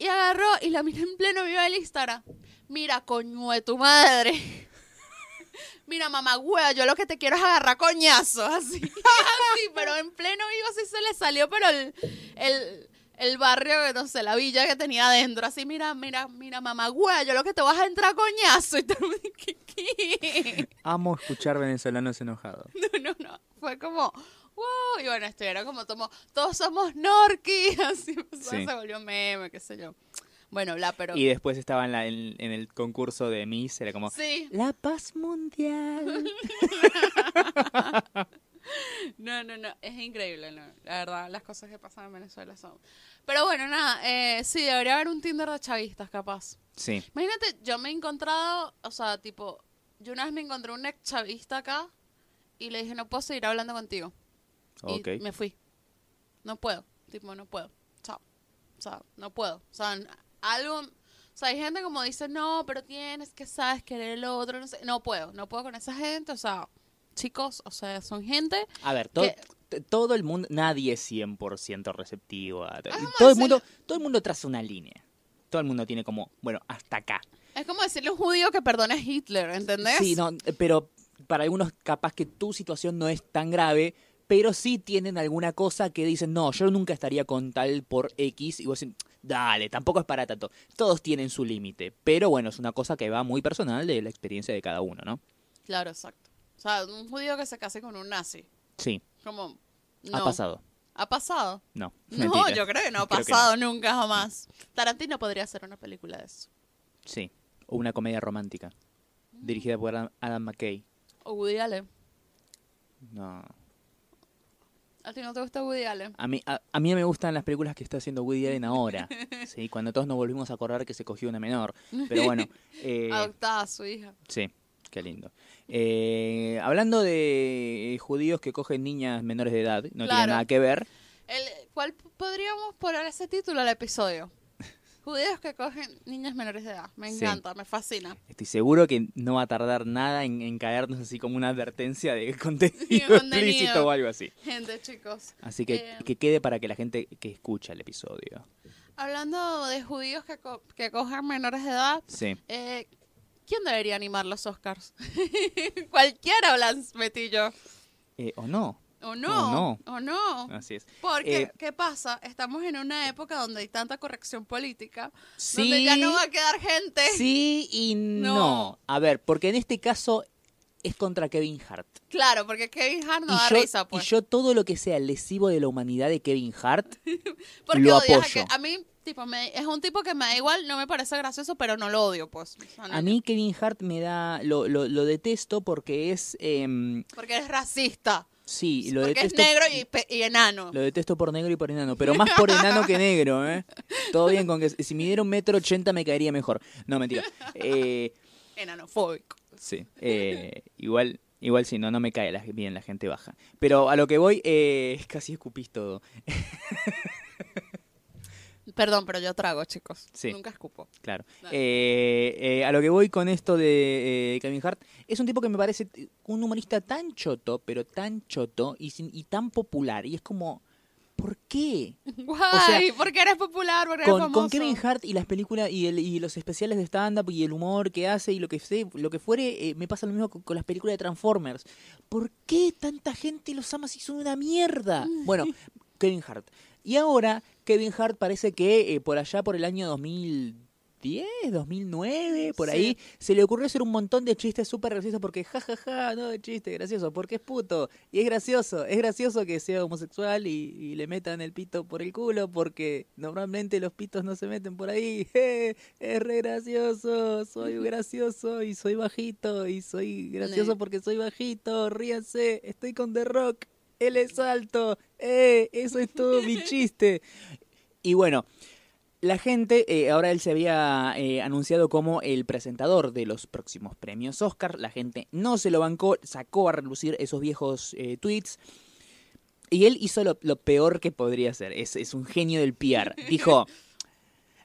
[SPEAKER 1] Y agarró y la miró en pleno vivo del Instagram. Mira, coño de tu madre. Mira, mamá, hueva, yo lo que te quiero es agarrar coñazos, así. así, pero en pleno vivo así se le salió, pero el, el, el barrio, no sé, la villa que tenía adentro, así, mira, mira, mira, mamá, hueva, yo lo que te vas a entrar coñazo. Y todo el mundo, ¿qué? qué?
[SPEAKER 2] Amo escuchar venezolanos enojados.
[SPEAKER 1] no, no, no. Fue como, wow. Y bueno, estuvieron como, tomo, todos somos Norky. Así o sea,
[SPEAKER 2] Sí.
[SPEAKER 1] se volvió meme, qué sé yo. Bueno, la, pero.
[SPEAKER 2] Y después estaba en, la- en- en el concurso de Miss, era como...
[SPEAKER 1] Sí,
[SPEAKER 2] La paz mundial.
[SPEAKER 1] no, no, no, es increíble, no, la verdad, las cosas que pasan en Venezuela son. Pero bueno, nada, eh, sí, debería haber un Tinder de chavistas, capaz.
[SPEAKER 2] Sí.
[SPEAKER 1] Imagínate, yo me he encontrado, o sea, tipo, yo una vez me encontré un ex chavista acá y le dije, no puedo seguir hablando contigo. Y
[SPEAKER 2] Ok.
[SPEAKER 1] me fui. No puedo. Tipo, no puedo. Chao. O sea, no puedo. O sea, n- algo... O sea, hay gente como dice, no, pero tienes que, sabes, querer el otro, no sé. No puedo. No puedo con esa gente. O sea, chicos, o sea, son gente...
[SPEAKER 2] A ver, to-
[SPEAKER 1] Que-
[SPEAKER 2] t- todo el mundo, nadie es 100% receptivo. a-
[SPEAKER 1] como
[SPEAKER 2] todo, el
[SPEAKER 1] decirle-
[SPEAKER 2] mundo, todo el mundo traza una línea. Todo el mundo tiene como, bueno, hasta acá.
[SPEAKER 1] Es como decirle a un judío que perdone a Hitler, ¿entendés?
[SPEAKER 2] Sí, no, pero para algunos capaz que tu situación no es tan grave, pero sí tienen alguna cosa que dicen, no, yo nunca estaría con tal por X, y vos decís, dale, tampoco es para tanto. Todos tienen su límite, pero bueno, es una cosa que va muy personal de la experiencia de cada uno, ¿no?
[SPEAKER 1] Claro, exacto. O sea, un judío que se case con un nazi.
[SPEAKER 2] Sí,
[SPEAKER 1] Como... No.
[SPEAKER 2] ha pasado.
[SPEAKER 1] ¿Ha pasado?
[SPEAKER 2] No,
[SPEAKER 1] No,
[SPEAKER 2] mentira.
[SPEAKER 1] yo creo que no ha
[SPEAKER 2] Creo que
[SPEAKER 1] pasado nunca jamás. Tarantino podría hacer una película de eso.
[SPEAKER 2] Sí, o una comedia romántica, dirigida por Adam- Adam McKay.
[SPEAKER 1] O Woody Allen.
[SPEAKER 2] No.
[SPEAKER 1] ¿A ti no te gusta Woody Allen?
[SPEAKER 2] A mí, a, a mí me gustan las películas que está haciendo Woody Allen ahora. sí, cuando todos nos volvimos a acordar que se cogió una menor. Pero bueno. eh,
[SPEAKER 1] Adoptada a su hija.
[SPEAKER 2] sí, qué lindo. Eh, hablando de eh, judíos que cogen niñas menores de edad, no tiene
[SPEAKER 1] Claro.
[SPEAKER 2] nada que ver.
[SPEAKER 1] El- ¿Cuál p- podríamos poner ese título al episodio? Judíos que cogen niñas menores de edad. Me
[SPEAKER 2] Sí.
[SPEAKER 1] encanta, me fascina.
[SPEAKER 2] Estoy seguro que no va a tardar nada en, en caernos así como una advertencia de contenido
[SPEAKER 1] contenido.
[SPEAKER 2] explícito o algo así.
[SPEAKER 1] Gente, chicos.
[SPEAKER 2] Así que
[SPEAKER 1] Eh,
[SPEAKER 2] que quede para que la gente que escucha el episodio.
[SPEAKER 1] Hablando de judíos que, co- que cogen menores de edad,
[SPEAKER 2] Sí.
[SPEAKER 1] eh, ¿Quién debería animar los Oscars? Cualquiera, Blas Metillo.
[SPEAKER 2] Eh, o no.
[SPEAKER 1] ¿O no?
[SPEAKER 2] O
[SPEAKER 1] ¿O no?
[SPEAKER 2] Así es.
[SPEAKER 1] Porque,
[SPEAKER 2] Eh,
[SPEAKER 1] ¿qué pasa? Estamos en una época donde hay tanta corrección política,
[SPEAKER 2] Sí.
[SPEAKER 1] donde ya no va a quedar gente.
[SPEAKER 2] Sí y no.
[SPEAKER 1] No.
[SPEAKER 2] A ver, porque en este caso es contra Kevin Hart.
[SPEAKER 1] Claro, porque Kevin Hart no da
[SPEAKER 2] y, yo,
[SPEAKER 1] risa, pues.
[SPEAKER 2] y yo todo lo que sea lesivo de la humanidad de Kevin Hart,
[SPEAKER 1] Porque
[SPEAKER 2] lo
[SPEAKER 1] odias
[SPEAKER 2] apoyo.
[SPEAKER 1] a que- a mí, tipo, me- es un tipo que me da igual, no me parece gracioso, pero no lo odio, pues. O sea, no-
[SPEAKER 2] a mí Kevin Hart me da, lo, lo, lo detesto porque es, em,
[SPEAKER 1] Porque es racista.
[SPEAKER 2] sí, lo
[SPEAKER 1] Porque
[SPEAKER 2] detesto,
[SPEAKER 1] es negro y, pe- y enano.
[SPEAKER 2] lo detesto por negro y por enano, pero más por enano que negro, ¿eh? Todo bien con que si midiera un metro ochenta me caería mejor. No, mentira. Eh,
[SPEAKER 1] Enanofóbico.
[SPEAKER 2] Sí. Eh, igual, igual si no, no me cae la- bien la gente baja. Pero a lo que voy, eh, casi escupís todo.
[SPEAKER 1] Perdón, pero yo trago, chicos.
[SPEAKER 2] Sí.
[SPEAKER 1] Nunca escupo.
[SPEAKER 2] Claro.
[SPEAKER 1] Dale.
[SPEAKER 2] Eh, eh, a lo que voy con esto de eh, Kevin Hart, es un tipo que me parece eh, un humorista tan choto, pero tan choto y, sin- y tan popular. Y es como, ¿por qué?
[SPEAKER 1] Guay, porque eres popular, porque eres
[SPEAKER 2] Con,
[SPEAKER 1] famoso.
[SPEAKER 2] con Kevin Hart y las películas y, el- y los especiales de stand-up y el humor que hace y lo que, sé, lo que fuere, eh, me pasa lo mismo con, con las películas de Transformers. ¿Por qué tanta gente los ama si son una mierda? Bueno, Kevin Hart. Y ahora Kevin Hart parece que eh, por allá, por el año 2010, 2009, por
[SPEAKER 1] Sí.
[SPEAKER 2] ahí, se le ocurrió hacer un montón de chistes súper graciosos porque jajaja, no, chiste gracioso, porque es puto. Y es gracioso, es gracioso que sea homosexual y, y le metan el pito por el culo porque normalmente los pitos no se meten por ahí. Je, es re gracioso, soy gracioso y soy bajito y soy gracioso
[SPEAKER 1] Ne.
[SPEAKER 2] porque soy bajito, ríanse, estoy con The Rock. Él es alto. ¡Eh! Eso es todo mi chiste. Y bueno, la gente, eh, ahora él se había eh, anunciado como el presentador de los próximos premios Oscar. La gente no se lo bancó, sacó a relucir esos viejos eh, tweets. Y él hizo lo, lo peor que podría hacer. Es, es un genio del PR. Dijo.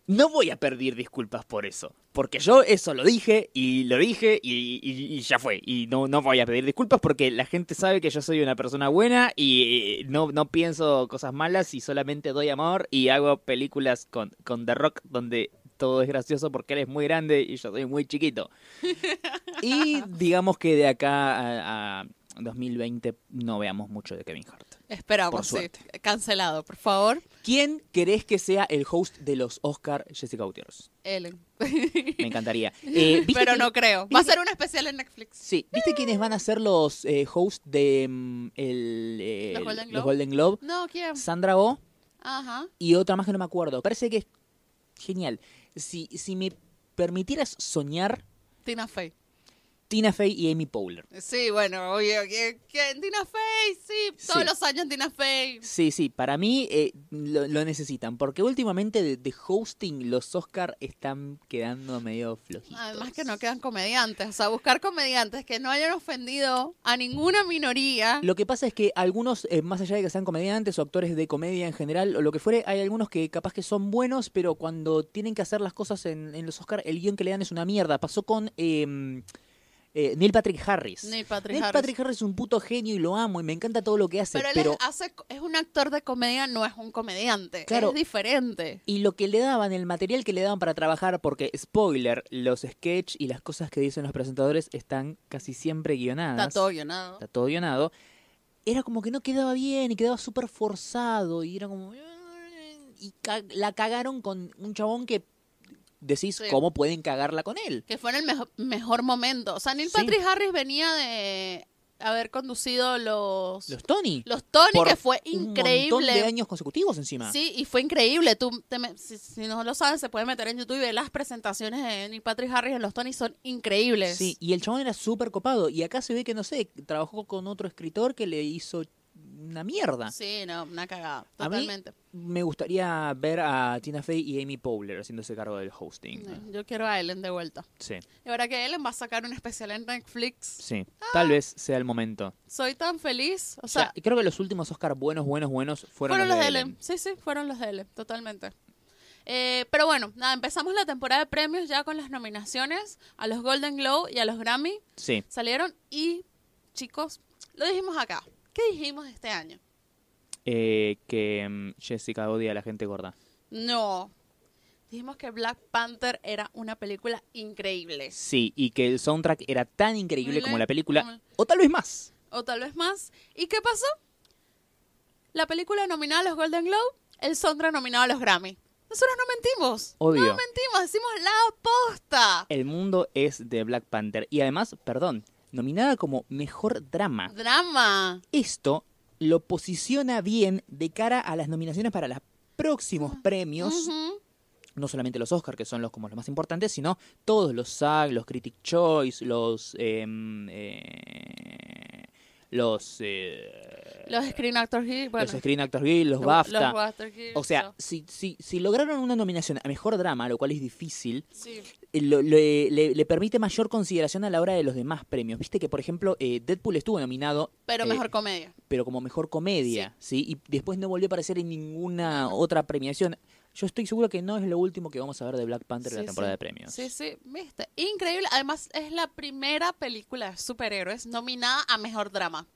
[SPEAKER 2] No voy a pedir disculpas por eso, porque yo eso lo dije y lo dije y, y- y ya fue. Y no, no voy a pedir disculpas porque la gente sabe que yo soy una persona buena y eh, no, no pienso cosas malas y solamente doy amor y hago películas con, con The Rock donde todo es gracioso porque él es muy grande y yo soy muy chiquito. Y digamos que de acá a, a 2020 no veamos mucho de Kevin Hart. Por
[SPEAKER 1] Esperamos, sí.
[SPEAKER 2] suerte.
[SPEAKER 1] Cancelado, por favor.
[SPEAKER 2] ¿Quién querés que sea el host de los Oscar Jessica Gutiérrez?
[SPEAKER 1] Ellen.
[SPEAKER 2] Me encantaría. Eh, ¿viste
[SPEAKER 1] Pero
[SPEAKER 2] que-
[SPEAKER 1] no creo. Va a ser un especial en Netflix.
[SPEAKER 2] Sí, ¿viste quiénes van a ser los eh, hosts de mm, el, eh,
[SPEAKER 1] ¿Los
[SPEAKER 2] el-
[SPEAKER 1] Golden Globe?
[SPEAKER 2] los Golden Globe?
[SPEAKER 1] No, ¿quién?
[SPEAKER 2] Sandra Oh
[SPEAKER 1] Ajá.
[SPEAKER 2] y otra más que no me acuerdo. Parece que es genial. Si, si me permitieras soñar,
[SPEAKER 1] Tina Fey.
[SPEAKER 2] Tina Fey y Amy Powler.
[SPEAKER 1] Sí, bueno, oye, ¿quién? quién? Tina Fey, sí. Todos
[SPEAKER 2] Sí.
[SPEAKER 1] los años Tina Fey.
[SPEAKER 2] Sí, sí, para mí eh, lo, lo necesitan, porque últimamente de, de hosting los Oscar están quedando medio flojitos.
[SPEAKER 1] Además que no quedan comediantes. O sea, buscar comediantes que no hayan ofendido a ninguna minoría.
[SPEAKER 2] Lo que pasa es que algunos, eh, más allá de que sean comediantes o actores de comedia en general o lo que fuere, hay algunos que capaz que son buenos, pero cuando tienen que hacer las cosas en, en los Oscar, el guión que le dan es una mierda. Pasó con eh, eh, Neil Patrick Harris.
[SPEAKER 1] Neil Patrick Harris.
[SPEAKER 2] Patrick Harris es un puto genio y lo amo y me encanta todo lo que hace,
[SPEAKER 1] pero
[SPEAKER 2] pero...
[SPEAKER 1] él es- hace, es un actor de comedia, no es un comediante.
[SPEAKER 2] Claro.
[SPEAKER 1] Es diferente.
[SPEAKER 2] Y lo que le daban, el material que le daban para trabajar, porque, spoiler, los sketch y las cosas que dicen los presentadores están casi siempre guionadas.
[SPEAKER 1] Está todo guionado.
[SPEAKER 2] está todo guionado, era como que no quedaba bien y quedaba súper forzado y era como... Y ca- la cagaron con un chabón que decís
[SPEAKER 1] Sí.
[SPEAKER 2] cómo pueden cagarla con él.
[SPEAKER 1] Que fue en el mejo- mejor momento. O sea, Neil
[SPEAKER 2] Sí.
[SPEAKER 1] Patrick Harris venía de haber conducido los, los,
[SPEAKER 2] Los Tony.
[SPEAKER 1] Tony,
[SPEAKER 2] por
[SPEAKER 1] que fue
[SPEAKER 2] Un montón de
[SPEAKER 1] increíble.
[SPEAKER 2] años consecutivos encima.
[SPEAKER 1] Sí, y fue increíble. Tú te me- si, si no lo sabes, se puede meter en YouTube y ver las presentaciones de Neil Patrick Harris en los Tony. Son increíbles.
[SPEAKER 2] Sí, y el chabón era súper copado. Y acá se ve que, no sé, trabajó con otro escritor que le hizo una mierda.
[SPEAKER 1] Sí, no, una cagada.
[SPEAKER 2] A mí-
[SPEAKER 1] Totalmente.
[SPEAKER 2] Me gustaría ver a Tina Fey y Amy Powler haciéndose cargo del hosting.
[SPEAKER 1] No, Yo quiero a Ellen de vuelta.
[SPEAKER 2] Sí,
[SPEAKER 1] Y ahora que Ellen va a sacar un especial en Netflix,
[SPEAKER 2] sí.
[SPEAKER 1] Ah.
[SPEAKER 2] Tal vez sea el momento.
[SPEAKER 1] soy tan feliz. O
[SPEAKER 2] O sea,
[SPEAKER 1] sea,
[SPEAKER 2] creo que los últimos Oscar buenos, buenos, buenos fueron,
[SPEAKER 1] fueron, los de Ellen.
[SPEAKER 2] Ellen.
[SPEAKER 1] Sí, sí, fueron los de Ellen, totalmente. Eh, pero bueno, nada, empezamos la temporada de premios ya con las nominaciones a los Golden Globe y a los Grammy.
[SPEAKER 2] Sí.
[SPEAKER 1] Salieron y, chicos, lo dijimos acá. ¿Qué dijimos este año?
[SPEAKER 2] Eh, que mm, Jessica odia a la gente gorda.
[SPEAKER 1] No. Dijimos que Black Panther era una película increíble.
[SPEAKER 2] Sí, y que el soundtrack era tan increíble
[SPEAKER 1] Increíble,
[SPEAKER 2] como la película,
[SPEAKER 1] como-
[SPEAKER 2] o tal vez más.
[SPEAKER 1] O tal vez más. ¿Y qué pasó? La película nominada a los Golden Globe, el soundtrack nominado a los Grammy. Nosotros no mentimos.
[SPEAKER 2] Obvio.
[SPEAKER 1] No mentimos, decimos la posta.
[SPEAKER 2] El mundo es de Black Panther. Y además, perdón, nominada como mejor drama.
[SPEAKER 1] Drama.
[SPEAKER 2] Esto lo posiciona bien de cara a las nominaciones para los próximos premios.
[SPEAKER 1] Ah, Ujú.
[SPEAKER 2] No solamente los Oscars, que son los como los más importantes, sino todos los SAG, los Critic Choice, los. em, eh, los. eh,
[SPEAKER 1] Los Screen Actors Guild, bueno,
[SPEAKER 2] los Screen Actors Guild, los
[SPEAKER 1] los-
[SPEAKER 2] BAFTA.
[SPEAKER 1] los BAFTA Guild,
[SPEAKER 2] O sea,
[SPEAKER 1] so-
[SPEAKER 2] si, si, si lograron una nominación a mejor drama, lo cual es difícil,
[SPEAKER 1] sí.
[SPEAKER 2] eh, lo- le, le- le permite mayor consideración a la hora de los demás premios. Viste que, por ejemplo, eh, Deadpool estuvo nominado,
[SPEAKER 1] Pero
[SPEAKER 2] eh,
[SPEAKER 1] mejor comedia.
[SPEAKER 2] pero como mejor comedia, ¿sí? Y después no volvió a aparecer en ninguna otra premiación. Yo estoy seguro que no es lo último que vamos a ver de Black Panther en
[SPEAKER 1] Sí,
[SPEAKER 2] la temporada
[SPEAKER 1] sí.
[SPEAKER 2] de premios.
[SPEAKER 1] Sí, sí, viste. Increíble. Además, es la primera película de superhéroes nominada a mejor drama.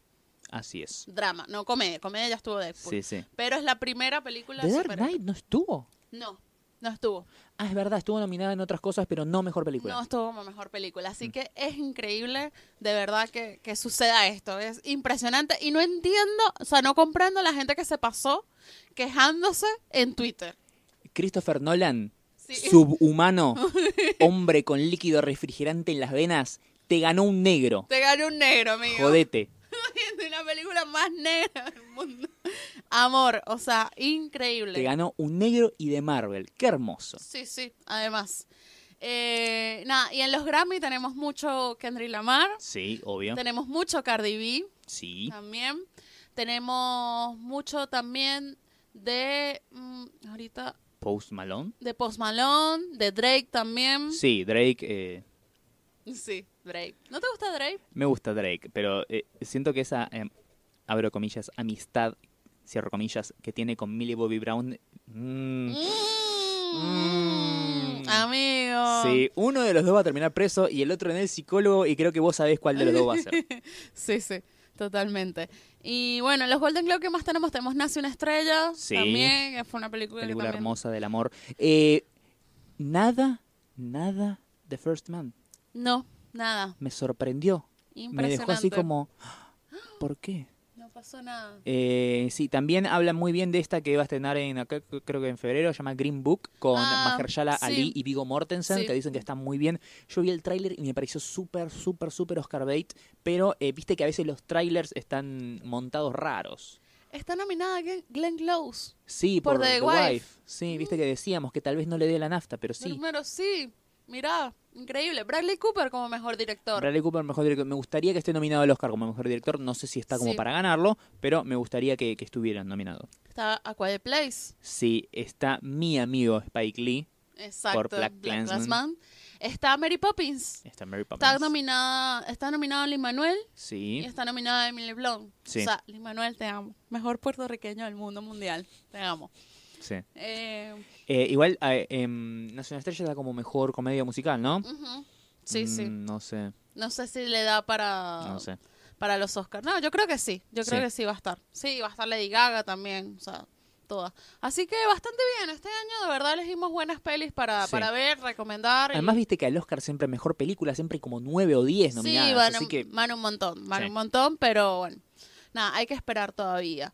[SPEAKER 2] Así es.
[SPEAKER 1] Drama, no comedia. Comedia ya estuvo Deadpool.
[SPEAKER 2] Sí, sí.
[SPEAKER 1] Pero es la primera película
[SPEAKER 2] ¿The
[SPEAKER 1] de
[SPEAKER 2] Dark
[SPEAKER 1] superhéroes.
[SPEAKER 2] Knight no estuvo?
[SPEAKER 1] No, no estuvo.
[SPEAKER 2] Ah, es verdad, estuvo nominada en otras cosas, pero no mejor película. Mm.
[SPEAKER 1] No estuvo como mejor película. Así que es increíble, de verdad, que, que suceda esto. Es impresionante. Y no entiendo, o sea, no comprendo la gente que se pasó quejándose en Twitter.
[SPEAKER 2] Christopher Nolan,
[SPEAKER 1] Sí.
[SPEAKER 2] subhumano, hombre con líquido refrigerante en las venas, te ganó un negro.
[SPEAKER 1] Te ganó un negro, amigo.
[SPEAKER 2] Jodete.
[SPEAKER 1] de la película más negra del mundo. Amor, o sea,
[SPEAKER 2] Te
[SPEAKER 1] increíble.
[SPEAKER 2] ganó un negro y de Marvel. Qué hermoso.
[SPEAKER 1] Sí, sí, además. Eh, nada, y en los Grammy tenemos mucho Kendrick Lamar,
[SPEAKER 2] Sí, obvio.
[SPEAKER 1] tenemos mucho Cardi B
[SPEAKER 2] Sí.
[SPEAKER 1] también, tenemos mucho también de, mm, ahorita,
[SPEAKER 2] Post Malone.
[SPEAKER 1] de Post Malone, de Drake también.
[SPEAKER 2] Sí, Drake. eh,
[SPEAKER 1] Sí, Drake. ¿No te gusta Drake?
[SPEAKER 2] me gusta Drake, pero eh, siento que esa, eh, abro comillas, amistad, cierro comillas, que tiene con Millie Bobby Brown. mm,
[SPEAKER 1] Mm,
[SPEAKER 2] Mm.
[SPEAKER 1] Amigo.
[SPEAKER 2] Sí, uno de los dos va a terminar preso y el otro en el psicólogo y creo que vos sabés cuál de los dos va a ser.
[SPEAKER 1] Sí, sí, totalmente. Y bueno, los Golden Globe que más tenemos, tenemos Nace una estrella,
[SPEAKER 2] Sí.
[SPEAKER 1] también, que fue una película, que
[SPEAKER 2] Película
[SPEAKER 1] también-
[SPEAKER 2] hermosa del amor. Eh, nada, nada de First Man.
[SPEAKER 1] No, nada,
[SPEAKER 2] Me sorprendió. Me
[SPEAKER 1] impresionante.
[SPEAKER 2] dejó así como, ¿por qué?
[SPEAKER 1] No pasó nada.
[SPEAKER 2] Eh, sí, también habla muy bien de esta que va a estrenar en acá, c- creo que en febrero, se llama Green Book, con
[SPEAKER 1] Ah,
[SPEAKER 2] Mahershala
[SPEAKER 1] sí.
[SPEAKER 2] Ali y Vigo Mortensen,
[SPEAKER 1] Sí.
[SPEAKER 2] que dicen que está muy bien. Yo vi el tráiler y me pareció súper, súper, súper Oscar Bait, pero eh, viste que a veces los trailers están montados raros.
[SPEAKER 1] Está nominada Glenn- Glenn Close.
[SPEAKER 2] Sí, por,
[SPEAKER 1] Por The Wife.
[SPEAKER 2] Sí, viste que decíamos que tal vez no le dé la nafta, pero sí.
[SPEAKER 1] Primero, sí, mirá, increíble. Bradley Cooper como mejor director.
[SPEAKER 2] Bradley Cooper, mejor director. Me gustaría que esté nominado al Oscar como mejor director. No sé si está como
[SPEAKER 1] Sí.
[SPEAKER 2] para ganarlo, pero me gustaría que, que estuviera nominado.
[SPEAKER 1] Está A Quiet Place.
[SPEAKER 2] Sí, está mi amigo Spike Lee.
[SPEAKER 1] Exacto.
[SPEAKER 2] Black Klansman.
[SPEAKER 1] Klansman. Está Mary Poppins.
[SPEAKER 2] Está Mary Poppins.
[SPEAKER 1] Está nominada, está nominado Lin Manuel. Y
[SPEAKER 2] Sí,
[SPEAKER 1] está nominada Emily Blunt.
[SPEAKER 2] Sí.
[SPEAKER 1] O sea, Luis Manuel, te amo. Mejor puertorriqueño del mundo mundial. Te amo.
[SPEAKER 2] sí.
[SPEAKER 1] Eh,
[SPEAKER 2] Eh, igual, eh, em, Nacional Estrella está como mejor comedia musical, ¿no?
[SPEAKER 1] ujú. Sí, Ah,
[SPEAKER 2] Mm,
[SPEAKER 1] sí.
[SPEAKER 2] No sé,
[SPEAKER 1] No sé si le da para,
[SPEAKER 2] no sé.
[SPEAKER 1] para los Oscars. No, yo creo que sí. Yo creo
[SPEAKER 2] Sí.
[SPEAKER 1] que sí va a estar. Sí, va a estar Lady Gaga también. O sea, todas. Así que bastante bien. Este año de verdad elegimos buenas pelis para,
[SPEAKER 2] Sí.
[SPEAKER 1] para ver, recomendar. y-
[SPEAKER 2] Además, viste que al Oscar siempre mejor película, siempre hay como nueve o diez nominadas.
[SPEAKER 1] sí, van,
[SPEAKER 2] así que,
[SPEAKER 1] van un montón. Van
[SPEAKER 2] Sí.
[SPEAKER 1] un montón, pero bueno. Nada, hay que esperar todavía.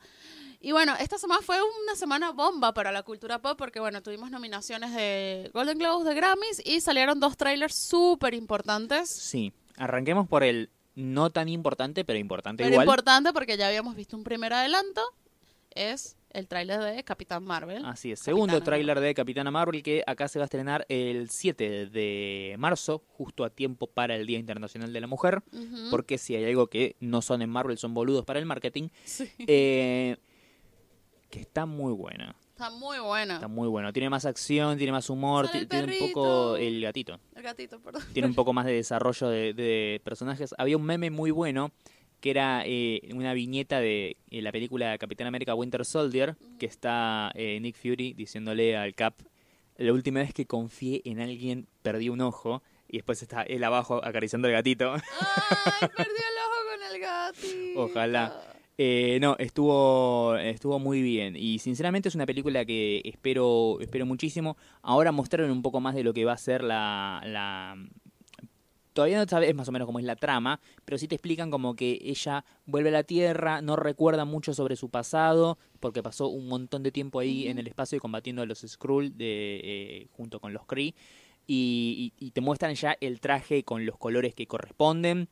[SPEAKER 1] Y bueno, esta semana fue una semana bomba para la cultura pop porque, bueno, tuvimos nominaciones de Golden Globes, de Grammys y salieron dos trailers súper importantes.
[SPEAKER 2] sí. Arranquemos por el no tan importante, pero importante
[SPEAKER 1] Pero
[SPEAKER 2] igual.
[SPEAKER 1] importante porque ya habíamos visto un primer adelanto, es el trailer de ¿eh? Capitán Marvel.
[SPEAKER 2] Así es.
[SPEAKER 1] Capitana
[SPEAKER 2] Segundo
[SPEAKER 1] Marvel.
[SPEAKER 2] tráiler de Capitana Marvel que acá se va a estrenar el 7 de marzo, justo a tiempo para el Día Internacional de la Mujer.
[SPEAKER 1] Ujú.
[SPEAKER 2] Porque si hay algo que no son en Marvel, son boludos para el marketing.
[SPEAKER 1] Sí.
[SPEAKER 2] Eh, que está muy buena.
[SPEAKER 1] Está muy buena.
[SPEAKER 2] Está muy bueno. Tiene más acción, tiene más humor,
[SPEAKER 1] Sale
[SPEAKER 2] ti-
[SPEAKER 1] el
[SPEAKER 2] tiene un
[SPEAKER 1] perrito.
[SPEAKER 2] poco el gatito.
[SPEAKER 1] El gatito, perdón.
[SPEAKER 2] Tiene un poco más de desarrollo de, de personajes. Había un meme muy bueno que era eh, una viñeta de eh, la película Capitán América Winter Soldier, que está eh, Nick Fury diciéndole al Cap, la última vez que confié en alguien perdí un ojo, y después está él abajo acariciando al gatito.
[SPEAKER 1] Ay, perdió el ojo con el gatito.
[SPEAKER 2] Ojalá. Eh, no, estuvo, estuvo muy bien. Y sinceramente es una película que espero, espero muchísimo. Ahora mostraron un poco más de lo que va a ser la. la... Todavía no sabes más o menos cómo es la trama, pero sí te explican como que ella vuelve a la Tierra, no recuerda mucho sobre su pasado, porque pasó un montón de tiempo ahí en el espacio y combatiendo a los Skrull de, eh, junto con los Kree. Y, y- y te muestran ya el traje con los colores que corresponden.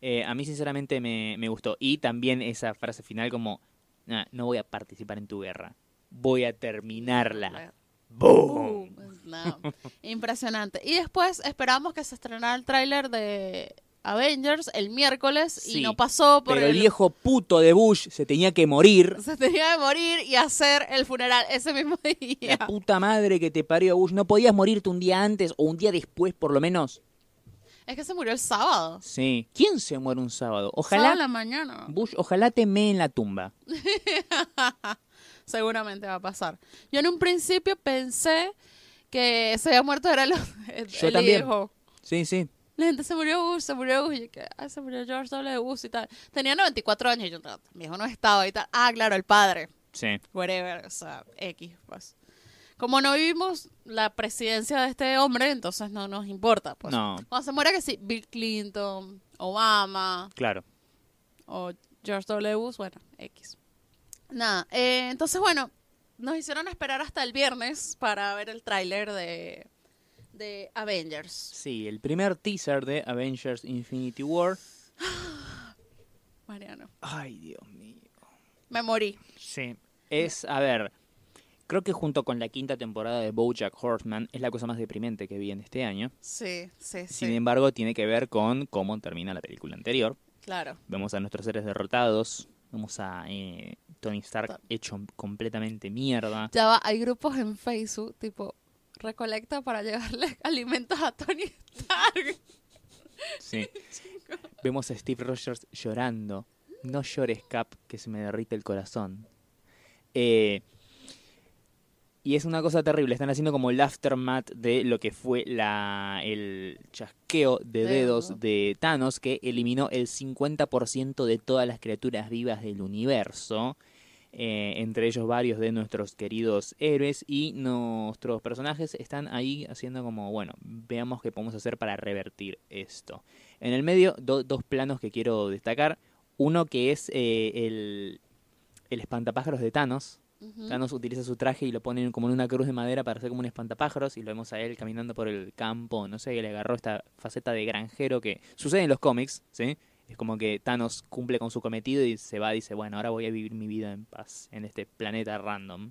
[SPEAKER 2] Eh, a mí sinceramente me, me gustó. Y también esa frase final como, "Nah, no voy a participar en tu guerra, voy a terminarla.
[SPEAKER 1] Boom.
[SPEAKER 2] ¡Boom!
[SPEAKER 1] Pues No, Impresionante. Y después esperamos que se estrenara el tráiler de Avengers el miércoles
[SPEAKER 2] Sí,
[SPEAKER 1] y no pasó por
[SPEAKER 2] Pero el viejo puto de Bush se tenía que morir.
[SPEAKER 1] se tenía que morir y hacer el funeral ese mismo día.
[SPEAKER 2] La puta madre que te parió Bush. ¿No podías morirte un día antes o un día después por lo menos?
[SPEAKER 1] Es que se murió el sábado.
[SPEAKER 2] Sí. ¿Quién se muere un sábado?
[SPEAKER 1] Sábado en
[SPEAKER 2] Ojalá,
[SPEAKER 1] la mañana.
[SPEAKER 2] Bush, ojalá te mee en la tumba.
[SPEAKER 1] Seguramente va a pasar. Yo en un principio pensé que se había muerto era el, el
[SPEAKER 2] Yo también.
[SPEAKER 1] hijo.
[SPEAKER 2] Sí, sí.
[SPEAKER 1] La gente se murió Bush, se murió Bush, y yo que, "Ay, se murió George W. Bush y tal. Tenía 94 años y yo, "No, mi hijo no estaba y tal. Ah, claro, el padre.
[SPEAKER 2] Sí.
[SPEAKER 1] whatever, o sea, X, pues. Como no vivimos la presidencia de este hombre, entonces no nos importa, pues.
[SPEAKER 2] No.
[SPEAKER 1] Cuando se muera que sí, Bill Clinton, Obama
[SPEAKER 2] Claro.
[SPEAKER 1] o George W. Bush, bueno, X. Nada, eh, entonces, bueno, nos hicieron esperar hasta el viernes para ver el tráiler de, de Avengers.
[SPEAKER 2] Sí, el primer teaser de Avengers Infinity War.
[SPEAKER 1] Mariano,
[SPEAKER 2] Ay, Dios mío.
[SPEAKER 1] me morí.
[SPEAKER 2] Sí. Es, a ver, creo que junto con la quinta temporada de Bojack Horseman es la cosa más deprimente que vi en este año.
[SPEAKER 1] Sí, sí,
[SPEAKER 2] Sin
[SPEAKER 1] sí.
[SPEAKER 2] embargo, tiene que ver con cómo termina la película anterior.
[SPEAKER 1] Claro.
[SPEAKER 2] Vemos a nuestros seres derrotados, vemos a eh, Tony Stark hecho completamente mierda.
[SPEAKER 1] Ya va, hay grupos en Facebook, tipo, recolecta para llevarle alimentos a Tony Stark.
[SPEAKER 2] Sí. Vemos a Steve Rogers llorando. No llores, Cap, que se me derrite el corazón. Eh, y es una cosa terrible. Están haciendo como el aftermath de lo que fue la, el chasqueo de
[SPEAKER 1] Dedo.
[SPEAKER 2] dedos de Thanos, que eliminó el 50% de todas las criaturas vivas del universo. eh, entre ellos varios de nuestros queridos héroes y nuestros personajes están ahí haciendo como, bueno, veamos qué podemos hacer para revertir esto. En el medio, do- dos planos que quiero destacar. Uno que es eh, el, el espantapájaros de Thanos.
[SPEAKER 1] Ujú.
[SPEAKER 2] Thanos utiliza su traje y lo pone como en una cruz de madera para hacer como un espantapájaros y lo vemos a él caminando por el campo, no sé, que le agarró esta faceta de granjero que sucede en los cómics, ¿sí? Es como que Thanos cumple con su cometido y se va y dice, bueno, ahora voy a vivir mi vida en paz en este planeta random.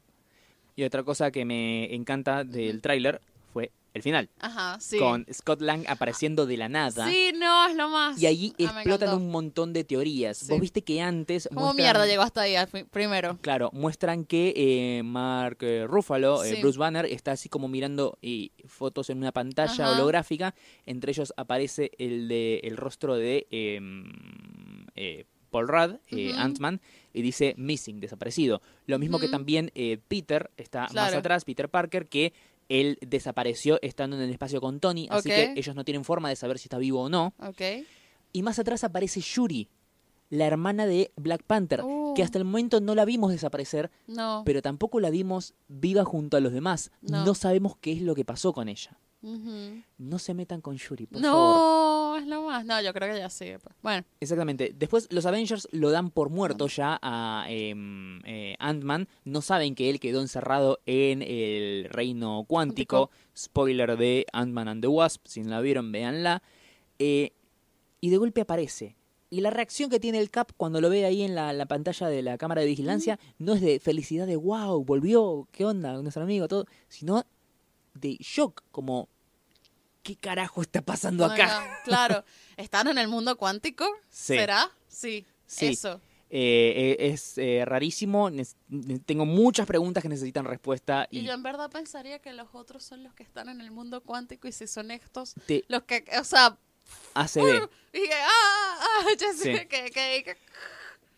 [SPEAKER 2] Y otra cosa que me encanta del tráiler fue el final,
[SPEAKER 1] Ajá, sí.
[SPEAKER 2] con Scott Lang apareciendo de la nada.
[SPEAKER 1] Sí, no, es lo más.
[SPEAKER 2] Y allí
[SPEAKER 1] Ah, me
[SPEAKER 2] explotan
[SPEAKER 1] encantó.
[SPEAKER 2] un montón de teorías.
[SPEAKER 1] Sí.
[SPEAKER 2] Vos viste que antes...
[SPEAKER 1] ¿Cómo
[SPEAKER 2] muestran-
[SPEAKER 1] mierda llegó hasta ahí al fi- primero?
[SPEAKER 2] Claro, muestran que eh, Mark eh, Ruffalo, eh,
[SPEAKER 1] Sí.
[SPEAKER 2] Bruce Banner, está así como mirando eh, fotos en una pantalla
[SPEAKER 1] Ajá.
[SPEAKER 2] holográfica. Entre ellos aparece el de el rostro de eh, eh, Paul Rudd, eh,
[SPEAKER 1] Ujú.
[SPEAKER 2] Ant-Man, y dice Missing, desaparecido. Lo mismo que
[SPEAKER 1] Ujú.
[SPEAKER 2] también eh, Peter está más
[SPEAKER 1] Claro.
[SPEAKER 2] atrás, Peter Parker, que él desapareció estando en el espacio con Tony, así
[SPEAKER 1] Ok.
[SPEAKER 2] que ellos no tienen forma de saber si está vivo o no.
[SPEAKER 1] Ok.
[SPEAKER 2] Y más atrás aparece Yuri, la hermana de Black Panther,
[SPEAKER 1] Oh.
[SPEAKER 2] que hasta el momento no la vimos desaparecer,
[SPEAKER 1] No.
[SPEAKER 2] pero tampoco la vimos viva junto a los demás.
[SPEAKER 1] No.
[SPEAKER 2] No, sabemos qué es lo que pasó con ella.
[SPEAKER 1] Ujú.
[SPEAKER 2] No se metan con Yuri, por favor.
[SPEAKER 1] No, es lo más. No, yo creo que ya sigue. pues. Bueno,
[SPEAKER 2] Exactamente. Después los Avengers lo dan por muerto ya a em, eh, Ant-Man. No saben que él quedó encerrado en el reino cuántico. Spoiler de Ant-Man and the Wasp. Si no la vieron, véanla. Eh, y de golpe aparece. Y la reacción que tiene el Cap cuando lo ve ahí en la, la pantalla de la cámara de vigilancia no es de felicidad de wow, volvió, qué onda, nuestro amigo, todo, sino de shock, como ¿qué carajo está pasando
[SPEAKER 1] no,
[SPEAKER 2] acá?
[SPEAKER 1] no, claro. ¿Están en el mundo cuántico?
[SPEAKER 2] Sí.
[SPEAKER 1] ¿Será? Sí.
[SPEAKER 2] Sí.
[SPEAKER 1] Eso.
[SPEAKER 2] Eh, eh, es eh, rarísimo, nes- ne- tengo muchas preguntas que necesitan respuesta
[SPEAKER 1] Y
[SPEAKER 2] y
[SPEAKER 1] yo en verdad pensaría que los otros son los que están en el mundo cuántico y si son estos,
[SPEAKER 2] te
[SPEAKER 1] los que, o sea,
[SPEAKER 2] ACB.
[SPEAKER 1] y que, ah, ah, ah, yo
[SPEAKER 2] Sí.
[SPEAKER 1] sé que, que- que-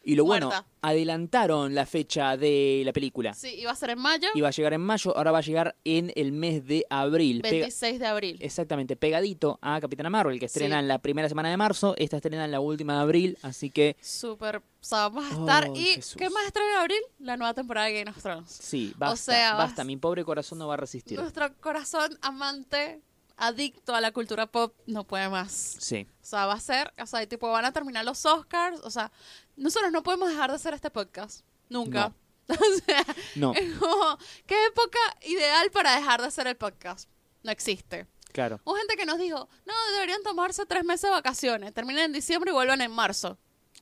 [SPEAKER 2] Y lo bueno,
[SPEAKER 1] Muerta.
[SPEAKER 2] adelantaron la fecha de la película.
[SPEAKER 1] Sí, iba a ser en mayo,
[SPEAKER 2] Iba a llegar en mayo, ahora va a llegar en el mes de abril. Pega-
[SPEAKER 1] 26 de
[SPEAKER 2] eh,
[SPEAKER 1] abril.
[SPEAKER 2] exactamente, pegadito a Capitana Marvel, que estrena
[SPEAKER 1] Sí.
[SPEAKER 2] en la primera semana de marzo. Esta estrena en la última de abril, así que
[SPEAKER 1] Súper, o sea, vamos a estar.
[SPEAKER 2] Ay,
[SPEAKER 1] ¿Y
[SPEAKER 2] Jesús.
[SPEAKER 1] qué más estrena en abril? La nueva temporada de Game of Thrones.
[SPEAKER 2] sí, basta.
[SPEAKER 1] sea, vas-
[SPEAKER 2] basta, mi pobre corazón no va a resistir.
[SPEAKER 1] Nuestro corazón amante, adicto a la cultura pop, no puede más.
[SPEAKER 2] Sí.
[SPEAKER 1] O sea, va a ser, o sea, y tipo, van a terminar los Oscars. O sea, nosotros no podemos dejar de hacer este podcast. Nunca. O sea,
[SPEAKER 2] No,
[SPEAKER 1] es como, ¿qué época ideal para dejar de hacer el podcast? No existe.
[SPEAKER 2] claro.
[SPEAKER 1] Hubo gente que nos dijo, no, deberían tomarse tres meses de vacaciones. Terminan en diciembre y vuelvan en marzo.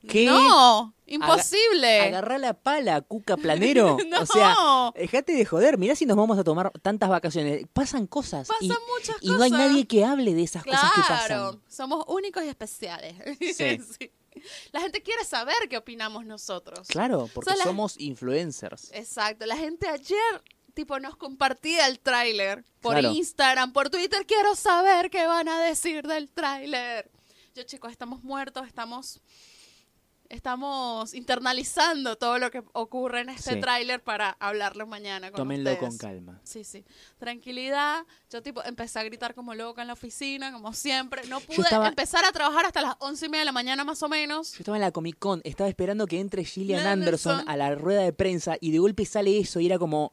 [SPEAKER 2] ¿Qué?
[SPEAKER 1] ¡No! ¡Imposible!
[SPEAKER 2] Agarrá la pala, cuca planero.
[SPEAKER 1] No.
[SPEAKER 2] O sea, dejate de joder. Mirá si nos vamos a tomar tantas vacaciones. Pasan cosas.
[SPEAKER 1] Pasan
[SPEAKER 2] y,
[SPEAKER 1] muchas
[SPEAKER 2] y no hay
[SPEAKER 1] cosas.
[SPEAKER 2] nadie que hable de esas
[SPEAKER 1] Claro,
[SPEAKER 2] cosas que pasan.
[SPEAKER 1] somos únicos y especiales.
[SPEAKER 2] Sí.
[SPEAKER 1] Sí. La gente quiere saber qué opinamos nosotros.
[SPEAKER 2] Claro, porque
[SPEAKER 1] Son las- Eh,
[SPEAKER 2] somos influencers.
[SPEAKER 1] Exacto, la gente ayer tipo nos compartía el tráiler por
[SPEAKER 2] Claro.
[SPEAKER 1] Instagram, por Twitter, quiero saber qué van a decir del tráiler. Yo chicos, estamos muertos, estamos estamos internalizando todo lo que ocurre en este
[SPEAKER 2] Sí.
[SPEAKER 1] tráiler para hablarlo mañana con
[SPEAKER 2] Tómenlo
[SPEAKER 1] ustedes.
[SPEAKER 2] con calma.
[SPEAKER 1] Sí, sí. Tranquilidad. Yo tipo empecé a gritar como loca en la oficina, como siempre. No pude
[SPEAKER 2] estaba-
[SPEAKER 1] empezar a trabajar hasta las once y media de la mañana más o menos.
[SPEAKER 2] Yo estaba en la Comic Con, estaba esperando que entre Gillian
[SPEAKER 1] Anderson.
[SPEAKER 2] Anderson, a la rueda de prensa y de golpe sale eso y era como,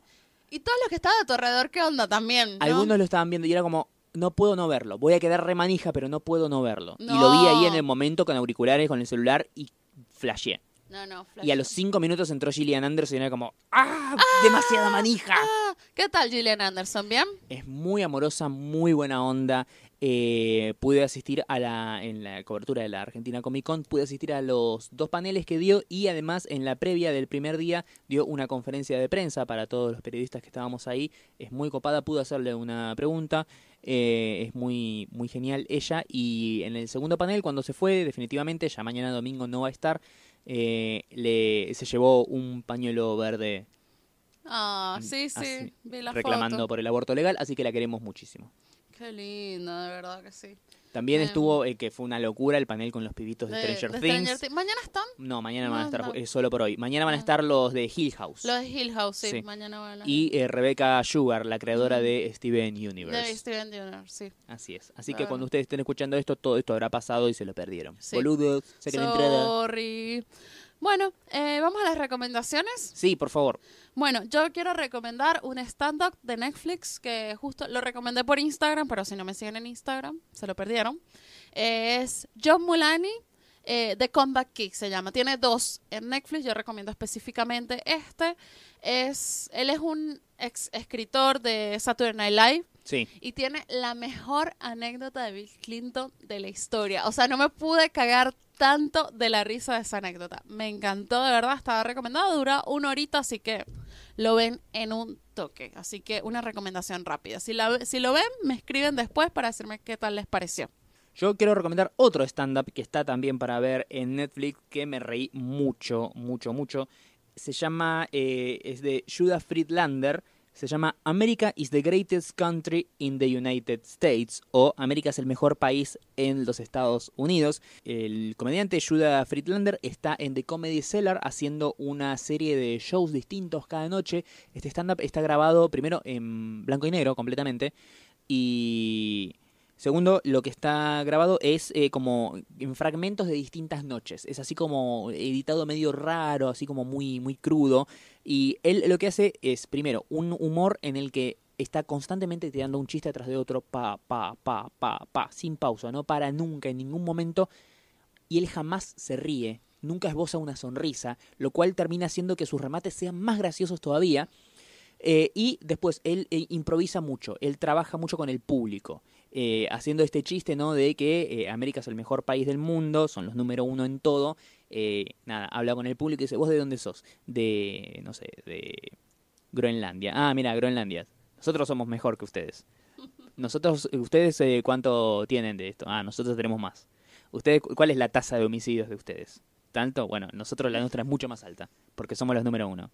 [SPEAKER 1] Y todos los que estaban a tu alrededor, ¿qué onda también? no?
[SPEAKER 2] algunos lo estaban viendo y era como, no puedo no verlo, voy a quedar remanija, pero no puedo no verlo. Y lo vi
[SPEAKER 1] No.
[SPEAKER 2] ahí en el momento con auriculares, con el celular y flasheé.
[SPEAKER 1] No, no, flash.
[SPEAKER 2] Y a los cinco minutos entró Gillian Anderson y era como, ¡ah! ¡Demasiada manija!
[SPEAKER 1] Ah, ¿Qué tal, Gillian Anderson? ¿Bien?
[SPEAKER 2] Es muy amorosa, muy buena onda. Eh, pude asistir a la, en la cobertura de la Argentina Comic Con, pude asistir a los dos paneles que dio y además en la previa del primer día dio una conferencia de prensa para todos los periodistas que estábamos ahí. Es muy copada, pude hacerle una pregunta. Eh, es muy, muy genial ella. Y en el segundo panel, cuando se fue, definitivamente, ya mañana domingo no va a estar, eh, le, se llevó un pañuelo verde
[SPEAKER 1] Ah, sí, sí.
[SPEAKER 2] Mm, Así,
[SPEAKER 1] vi la
[SPEAKER 2] reclamando
[SPEAKER 1] foto.
[SPEAKER 2] por el aborto legal, así que la queremos muchísimo.
[SPEAKER 1] Qué lindo, de verdad que sí.
[SPEAKER 2] También
[SPEAKER 1] Em.
[SPEAKER 2] estuvo, eh, que fue una locura, el panel con los pibitos de,
[SPEAKER 1] De-
[SPEAKER 2] Stranger
[SPEAKER 1] de
[SPEAKER 2] Things.
[SPEAKER 1] Stranger Thi- Mañana están
[SPEAKER 2] no, mañana van a
[SPEAKER 1] No,
[SPEAKER 2] estar,
[SPEAKER 1] no.
[SPEAKER 2] eh, solo por hoy. Mañana van a
[SPEAKER 1] Ah.
[SPEAKER 2] estar los de Hill House.
[SPEAKER 1] los de Hill House, sí.
[SPEAKER 2] Sí.
[SPEAKER 1] Mañana van a
[SPEAKER 2] Y eh, Rebecca Sugar, la creadora de Steven Universe.
[SPEAKER 1] de Steven Dillner, sí.
[SPEAKER 2] Así es. Así que
[SPEAKER 1] Claro.
[SPEAKER 2] cuando ustedes estén escuchando esto, todo esto habrá pasado y se lo perdieron.
[SPEAKER 1] Sí.
[SPEAKER 2] Boludos, saquen la entrada.
[SPEAKER 1] Sorry. Bueno, eh, vamos a las recomendaciones.
[SPEAKER 2] Sí, por favor.
[SPEAKER 1] Bueno, yo quiero recomendar un stand-up de Netflix que justo lo recomendé por Instagram, pero si no me siguen en Instagram, se lo perdieron. Es John Mulaney, eh, The Comeback Kick se llama. Tiene dos en Netflix, yo recomiendo específicamente este. Es, él es un ex escritor de Saturday Night Live
[SPEAKER 2] Sí.
[SPEAKER 1] y tiene la mejor anécdota de Bill Clinton de la historia. O sea, no me pude cagar tanto de la risa de esa anécdota. Me encantó, de verdad, estaba recomendado. Dura una horita, así que lo ven en un toque. Así que una recomendación rápida. Si, la, si lo ven, me escriben después para decirme qué tal les pareció.
[SPEAKER 2] Yo quiero recomendar otro stand-up que está también para ver en Netflix, que me reí mucho, mucho, mucho. Se llama, eh, es de Judah Friedlander, se llama America is the greatest country in the United States o América es el mejor país en los Estados Unidos. El comediante Judah Friedlander está en The Comedy Cellar haciendo una serie de shows distintos cada noche. Este stand-up está grabado primero en blanco y negro completamente y Segundo, lo que está grabado es eh, como en fragmentos de distintas noches. Es así como editado medio raro, así como muy, muy crudo. Y él lo que hace es, primero, un humor en el que está constantemente tirando un chiste atrás de otro, pa, pa, pa, pa, pa, sin pausa, no para nunca, en ningún momento. Y él jamás se ríe, nunca esboza una sonrisa, lo cual termina haciendo que sus remates sean más graciosos todavía. Eh, y después, él eh, improvisa mucho, él trabaja mucho con el público eh, haciendo este chiste, ¿no? De que eh, América es el mejor país del mundo, son los número uno en todo. Eh, nada, habla con el público y dice, ¿vos de dónde sos? De, no sé, de Groenlandia. Ah, mira, Groenlandia. Nosotros somos mejor que ustedes. Nosotros, ¿ustedes eh, cuánto tienen de esto? Ah, nosotros tenemos más. ¿Ustedes, cu- ¿Cuál es la tasa de homicidios de ustedes? tanto, bueno, nosotros la nuestra es mucho más alta, porque somos los número uno.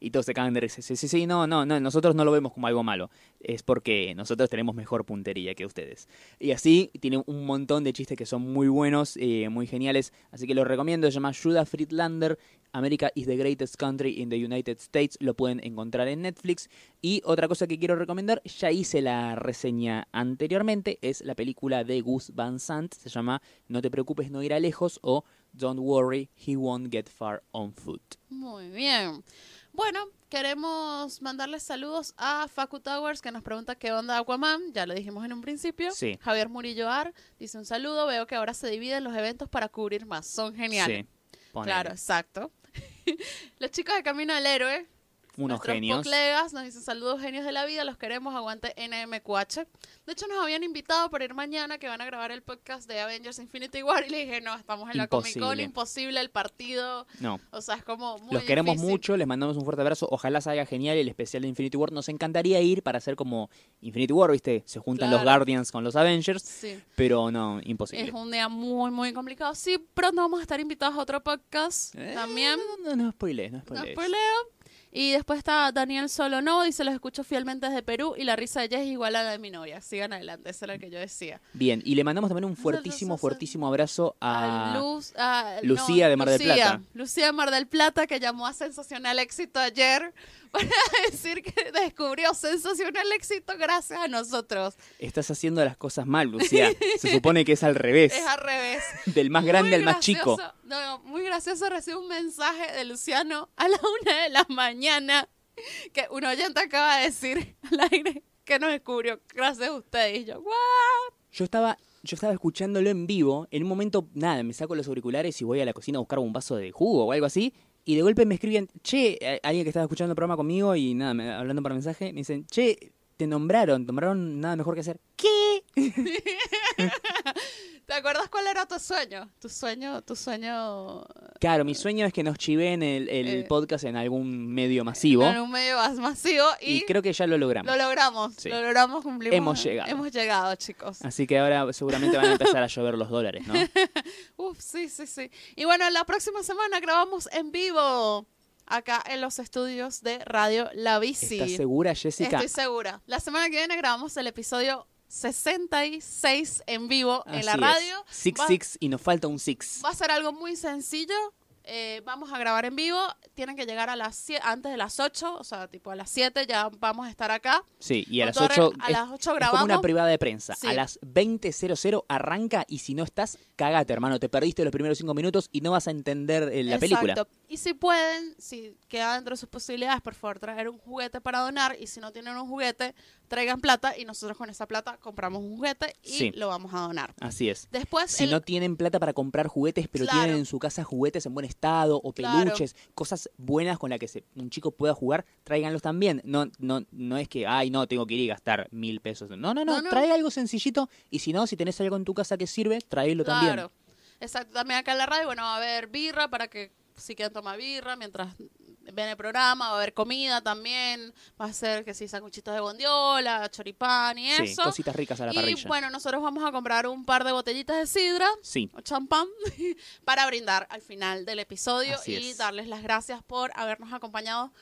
[SPEAKER 2] Y todos se cagan de risa. Sí, sí, sí, no, no, no, nosotros no lo vemos como algo malo. Es porque nosotros tenemos mejor puntería que ustedes. Y así tiene un montón de chistes que son muy buenos, eh, muy geniales. Así que lo recomiendo, se llama Judah Friedlander. America is the greatest country in the United States. Lo pueden encontrar en Netflix. Y otra cosa que quiero recomendar, ya hice la reseña anteriormente, es la película de Gus Van Sant. Se llama No te preocupes, no irá lejos o Don't worry, he won't get far on foot.
[SPEAKER 1] Muy bien. Bueno, queremos mandarles saludos a Facu Towers que nos pregunta qué onda Aquaman, ya lo dijimos en un principio.
[SPEAKER 2] Sí.
[SPEAKER 1] Javier Murillo Ar dice un saludo, veo que ahora se dividen los eventos para cubrir más, son geniales.
[SPEAKER 2] ponele.
[SPEAKER 1] claro, exacto. los chicos de Camino al Héroe,
[SPEAKER 2] Unos
[SPEAKER 1] nuestros
[SPEAKER 2] genios.
[SPEAKER 1] colegas nos dicen saludos genios de la vida, los queremos, aguante NMQH. De hecho nos habían invitado para ir mañana que van a grabar el podcast de Avengers Infinity War y le dije, no, estamos en la Comic Con,
[SPEAKER 2] Imposible.
[SPEAKER 1] imposible el partido,
[SPEAKER 2] No.
[SPEAKER 1] o sea, es como muy
[SPEAKER 2] Los queremos
[SPEAKER 1] difícil.
[SPEAKER 2] mucho, les mandamos un fuerte abrazo. Ojalá salga genial el especial de Infinity War. Nos encantaría ir para hacer como Infinity War, ¿viste? Se juntan los
[SPEAKER 1] Claro.
[SPEAKER 2] Guardians con los Avengers,
[SPEAKER 1] Sí.
[SPEAKER 2] pero no, imposible.
[SPEAKER 1] Es un día muy, muy complicado. Sí, pronto vamos a estar invitados a otro podcast
[SPEAKER 2] Eh,
[SPEAKER 1] también.
[SPEAKER 2] No, no, no spoilees, no
[SPEAKER 1] No
[SPEAKER 2] spoilees.
[SPEAKER 1] spoileo. Y después está Daniel Solo No, dice, los escucho fielmente desde Perú y la risa de ella es igual a la de mi novia. Sigan adelante, eso es lo que yo decía.
[SPEAKER 2] Bien, y le mandamos también un fuertísimo, fuertísimo abrazo
[SPEAKER 1] A
[SPEAKER 2] a...
[SPEAKER 1] Luz, a- no,
[SPEAKER 2] Ah, Lucía de Mar del
[SPEAKER 1] Lucía.
[SPEAKER 2] Plata.
[SPEAKER 1] Lucía de Mar del Plata que llamó a Sensacional Éxito ayer para decir que descubrió Sensacional Éxito gracias a nosotros.
[SPEAKER 2] Estás haciendo las cosas mal, Lucía. Se supone que es al revés.
[SPEAKER 1] Es al revés.
[SPEAKER 2] Del más grande
[SPEAKER 1] Muy
[SPEAKER 2] al más chico.
[SPEAKER 1] gracioso, no, no, muy gracioso recibe un mensaje de Luciano a la una de la mañana que un oyente acaba de decir al aire que nos descubrió gracias a ustedes. Y yo, "What?".
[SPEAKER 2] Yo estaba, yo estaba escuchándolo en vivo. En un momento, nada, me saco los auriculares y voy a la cocina a buscar un vaso de jugo o algo así. Y de golpe me escriben, che, a- alguien que estaba escuchando el programa conmigo y nada, me- hablando por mensaje, me dicen, che, te nombraron, nombraron nada mejor que hacer. ¿Qué?
[SPEAKER 1] ¿Te acuerdas cuál era tu sueño? Tu sueño, tu sueño
[SPEAKER 2] Claro, mi sueño es que nos chiven el, el
[SPEAKER 1] Eh.
[SPEAKER 2] podcast en algún medio masivo.
[SPEAKER 1] en un medio más masivo y,
[SPEAKER 2] y, creo que ya lo logramos.
[SPEAKER 1] lo logramos,
[SPEAKER 2] Sí.
[SPEAKER 1] lo logramos, cumplimos.
[SPEAKER 2] Hemos llegado. Ah.
[SPEAKER 1] Hemos llegado, chicos.
[SPEAKER 2] Así que ahora seguramente van a empezar a llover los dólares, ¿no?
[SPEAKER 1] Uf, sí, sí, sí. Y bueno, la próxima semana grabamos en vivo acá en los estudios de Radio La Bici.
[SPEAKER 2] ¿Estás segura, Jessica?
[SPEAKER 1] Estoy segura. La semana que viene grabamos el episodio 66 en vivo en la
[SPEAKER 2] Así es.
[SPEAKER 1] radio.
[SPEAKER 2] Six,
[SPEAKER 1] va,
[SPEAKER 2] six, y nos falta un six.
[SPEAKER 1] va a ser algo muy sencillo. Eh, vamos a grabar en vivo. Tienen que llegar a las sie- antes de las 8, o sea, tipo a las 7 ya vamos a estar acá.
[SPEAKER 2] Sí, y
[SPEAKER 1] Con
[SPEAKER 2] a las
[SPEAKER 1] todo
[SPEAKER 2] 8
[SPEAKER 1] re- a las 8
[SPEAKER 2] Es como
[SPEAKER 1] grabamos.
[SPEAKER 2] una privada de prensa.
[SPEAKER 1] Sí.
[SPEAKER 2] A las 20.00 arranca y si no estás, cagate, hermano. Te perdiste los primeros cinco minutos y no vas a entender eh, la película.
[SPEAKER 1] Exacto. Y si pueden, si queda dentro de sus posibilidades, por favor, traer un juguete para donar. Y si no tienen un juguete, traigan plata y nosotros con esa plata compramos un juguete y
[SPEAKER 2] Sí.
[SPEAKER 1] lo vamos a donar.
[SPEAKER 2] Así es.
[SPEAKER 1] Después,
[SPEAKER 2] Si
[SPEAKER 1] el-
[SPEAKER 2] no tienen plata para comprar juguetes, pero
[SPEAKER 1] Claro.
[SPEAKER 2] tienen en su casa juguetes en buen estado o
[SPEAKER 1] Claro.
[SPEAKER 2] peluches, cosas buenas con las que se- un chico pueda jugar, tráiganlos también. No, no, no es que, ay, no, tengo que ir y gastar mil pesos. No, no, no,
[SPEAKER 1] No, no.
[SPEAKER 2] trae algo sencillito y si no, si tenés algo en tu casa que sirve, tráelo también.
[SPEAKER 1] Claro. Exacto, también acá en la radio, bueno, va a haber birra para que si quieren tomar birra mientras ven el programa, va a haber comida también, va a ser que si sanguchitos de bondiola, choripán y
[SPEAKER 2] Sí,
[SPEAKER 1] eso.
[SPEAKER 2] cositas ricas a la
[SPEAKER 1] y
[SPEAKER 2] parrilla.
[SPEAKER 1] bueno, nosotros vamos a comprar un par de botellitas de sidra
[SPEAKER 2] Sí,
[SPEAKER 1] o champán para brindar al final del episodio
[SPEAKER 2] Así
[SPEAKER 1] y
[SPEAKER 2] es.
[SPEAKER 1] darles las gracias por habernos acompañado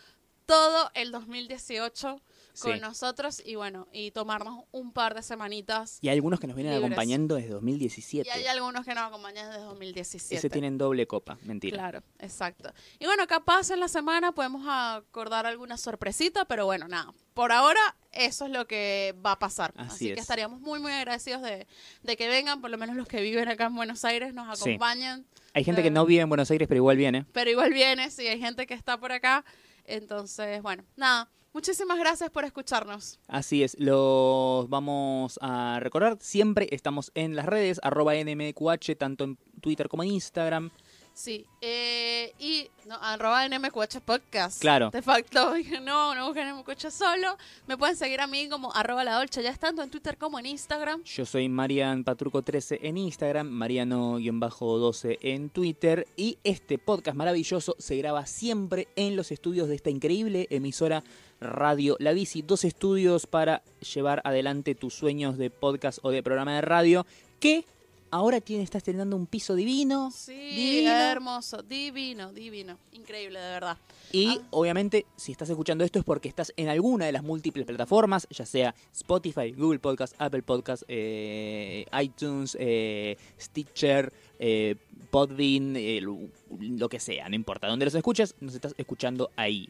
[SPEAKER 1] todo el 2018 con
[SPEAKER 2] sí.
[SPEAKER 1] nosotros y bueno, y tomarnos un par de semanitas.
[SPEAKER 2] Y hay algunos que nos vienen
[SPEAKER 1] Libres.
[SPEAKER 2] acompañando desde
[SPEAKER 1] Y,
[SPEAKER 2] 2017.
[SPEAKER 1] hay algunos que nos acompañan desde 2017.
[SPEAKER 2] Ese tienen doble copa, mentira.
[SPEAKER 1] Claro, exacto. Y bueno, capaz en la semana podemos acordar alguna sorpresita, pero bueno, nada. Por ahora, eso es lo que va a pasar.
[SPEAKER 2] Así
[SPEAKER 1] Así,
[SPEAKER 2] es.
[SPEAKER 1] que estaríamos muy, muy agradecidos de, de que vengan, por lo menos los que viven acá en Buenos Aires, nos
[SPEAKER 2] Sí.
[SPEAKER 1] acompañen.
[SPEAKER 2] Hay gente que no vive en Buenos Aires, pero igual viene.
[SPEAKER 1] Pero igual viene, si hay gente que está por acá. Entonces, bueno, nada. Muchísimas gracias por escucharnos.
[SPEAKER 2] Así es, los vamos a recordar. Siempre estamos en las redes, arroba NMQH, tanto en Twitter como en Instagram.
[SPEAKER 1] Sí. eh, y no, arroba NMQH Podcast.
[SPEAKER 2] Claro.
[SPEAKER 1] De facto, dije, no, no busquen NMQH solo. Me pueden seguir a mí como arroba la dolce, ya tanto en Twitter como en Instagram.
[SPEAKER 2] Yo soy Marian Patruco 13 en Instagram, Mariano-12 en Twitter. Y este podcast maravilloso se graba siempre en los estudios de esta increíble emisora Radio La Bici. Dos estudios para llevar adelante tus sueños de podcast o de programa de radio que ahora tiene, está estrenando un piso divino.
[SPEAKER 1] Sí,
[SPEAKER 2] divino.
[SPEAKER 1] hermoso, divino, divino. Increíble, de verdad.
[SPEAKER 2] Y
[SPEAKER 1] Ah.
[SPEAKER 2] obviamente, si estás escuchando esto es porque estás en alguna de las múltiples plataformas, ya sea Spotify, Google Podcast, Apple Podcast, eh, iTunes, eh, Stitcher, eh, Podbean, eh, lo- lo que sea, no importa. Donde los escuches, nos estás escuchando ahí,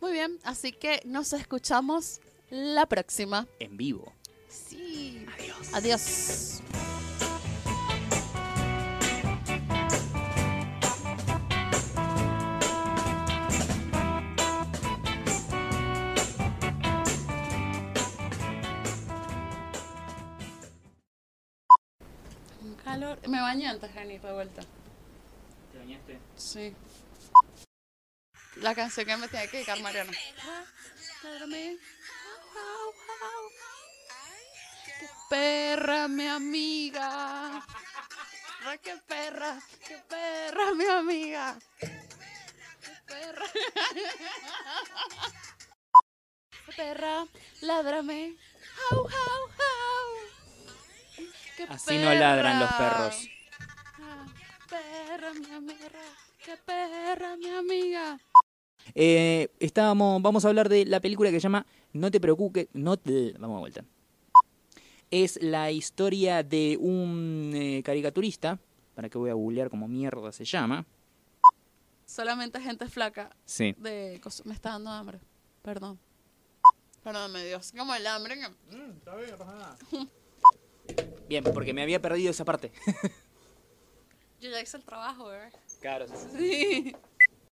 [SPEAKER 1] Muy bien, así que nos escuchamos la próxima.
[SPEAKER 2] en vivo.
[SPEAKER 1] Sí.
[SPEAKER 2] Adiós.
[SPEAKER 1] Adiós. Un calor. Me bañé antes de venir de vuelta.
[SPEAKER 2] ¿Te bañaste?
[SPEAKER 1] Sí. La canción que me tiene que dedicar Mariana. Ah, Qué perra, mi amiga. Ra, Qué perra, qué perra, mi amiga. Qué perra. Qué perra, ládrame. Au, au, au. Qué
[SPEAKER 2] Así no ladran los
[SPEAKER 1] perra.
[SPEAKER 2] perros.
[SPEAKER 1] Ah, Perra, mi amiga, qué perra, mi amiga.
[SPEAKER 2] Eh, estábamos, vamos a hablar de la película que se llama No te preocupes, no te- vamos de vuelta. Es la historia de un eh, caricaturista, para que voy a googlear como mierda se llama.
[SPEAKER 1] Solamente gente flaca
[SPEAKER 2] Sí.
[SPEAKER 1] de cos- me está dando hambre. Perdón. Perdóname Dios, como el hambre. que-
[SPEAKER 2] Bien, porque me había perdido esa parte.
[SPEAKER 1] Yo ya hice el trabajo, ¿verdad?
[SPEAKER 2] Claro.
[SPEAKER 1] Sí.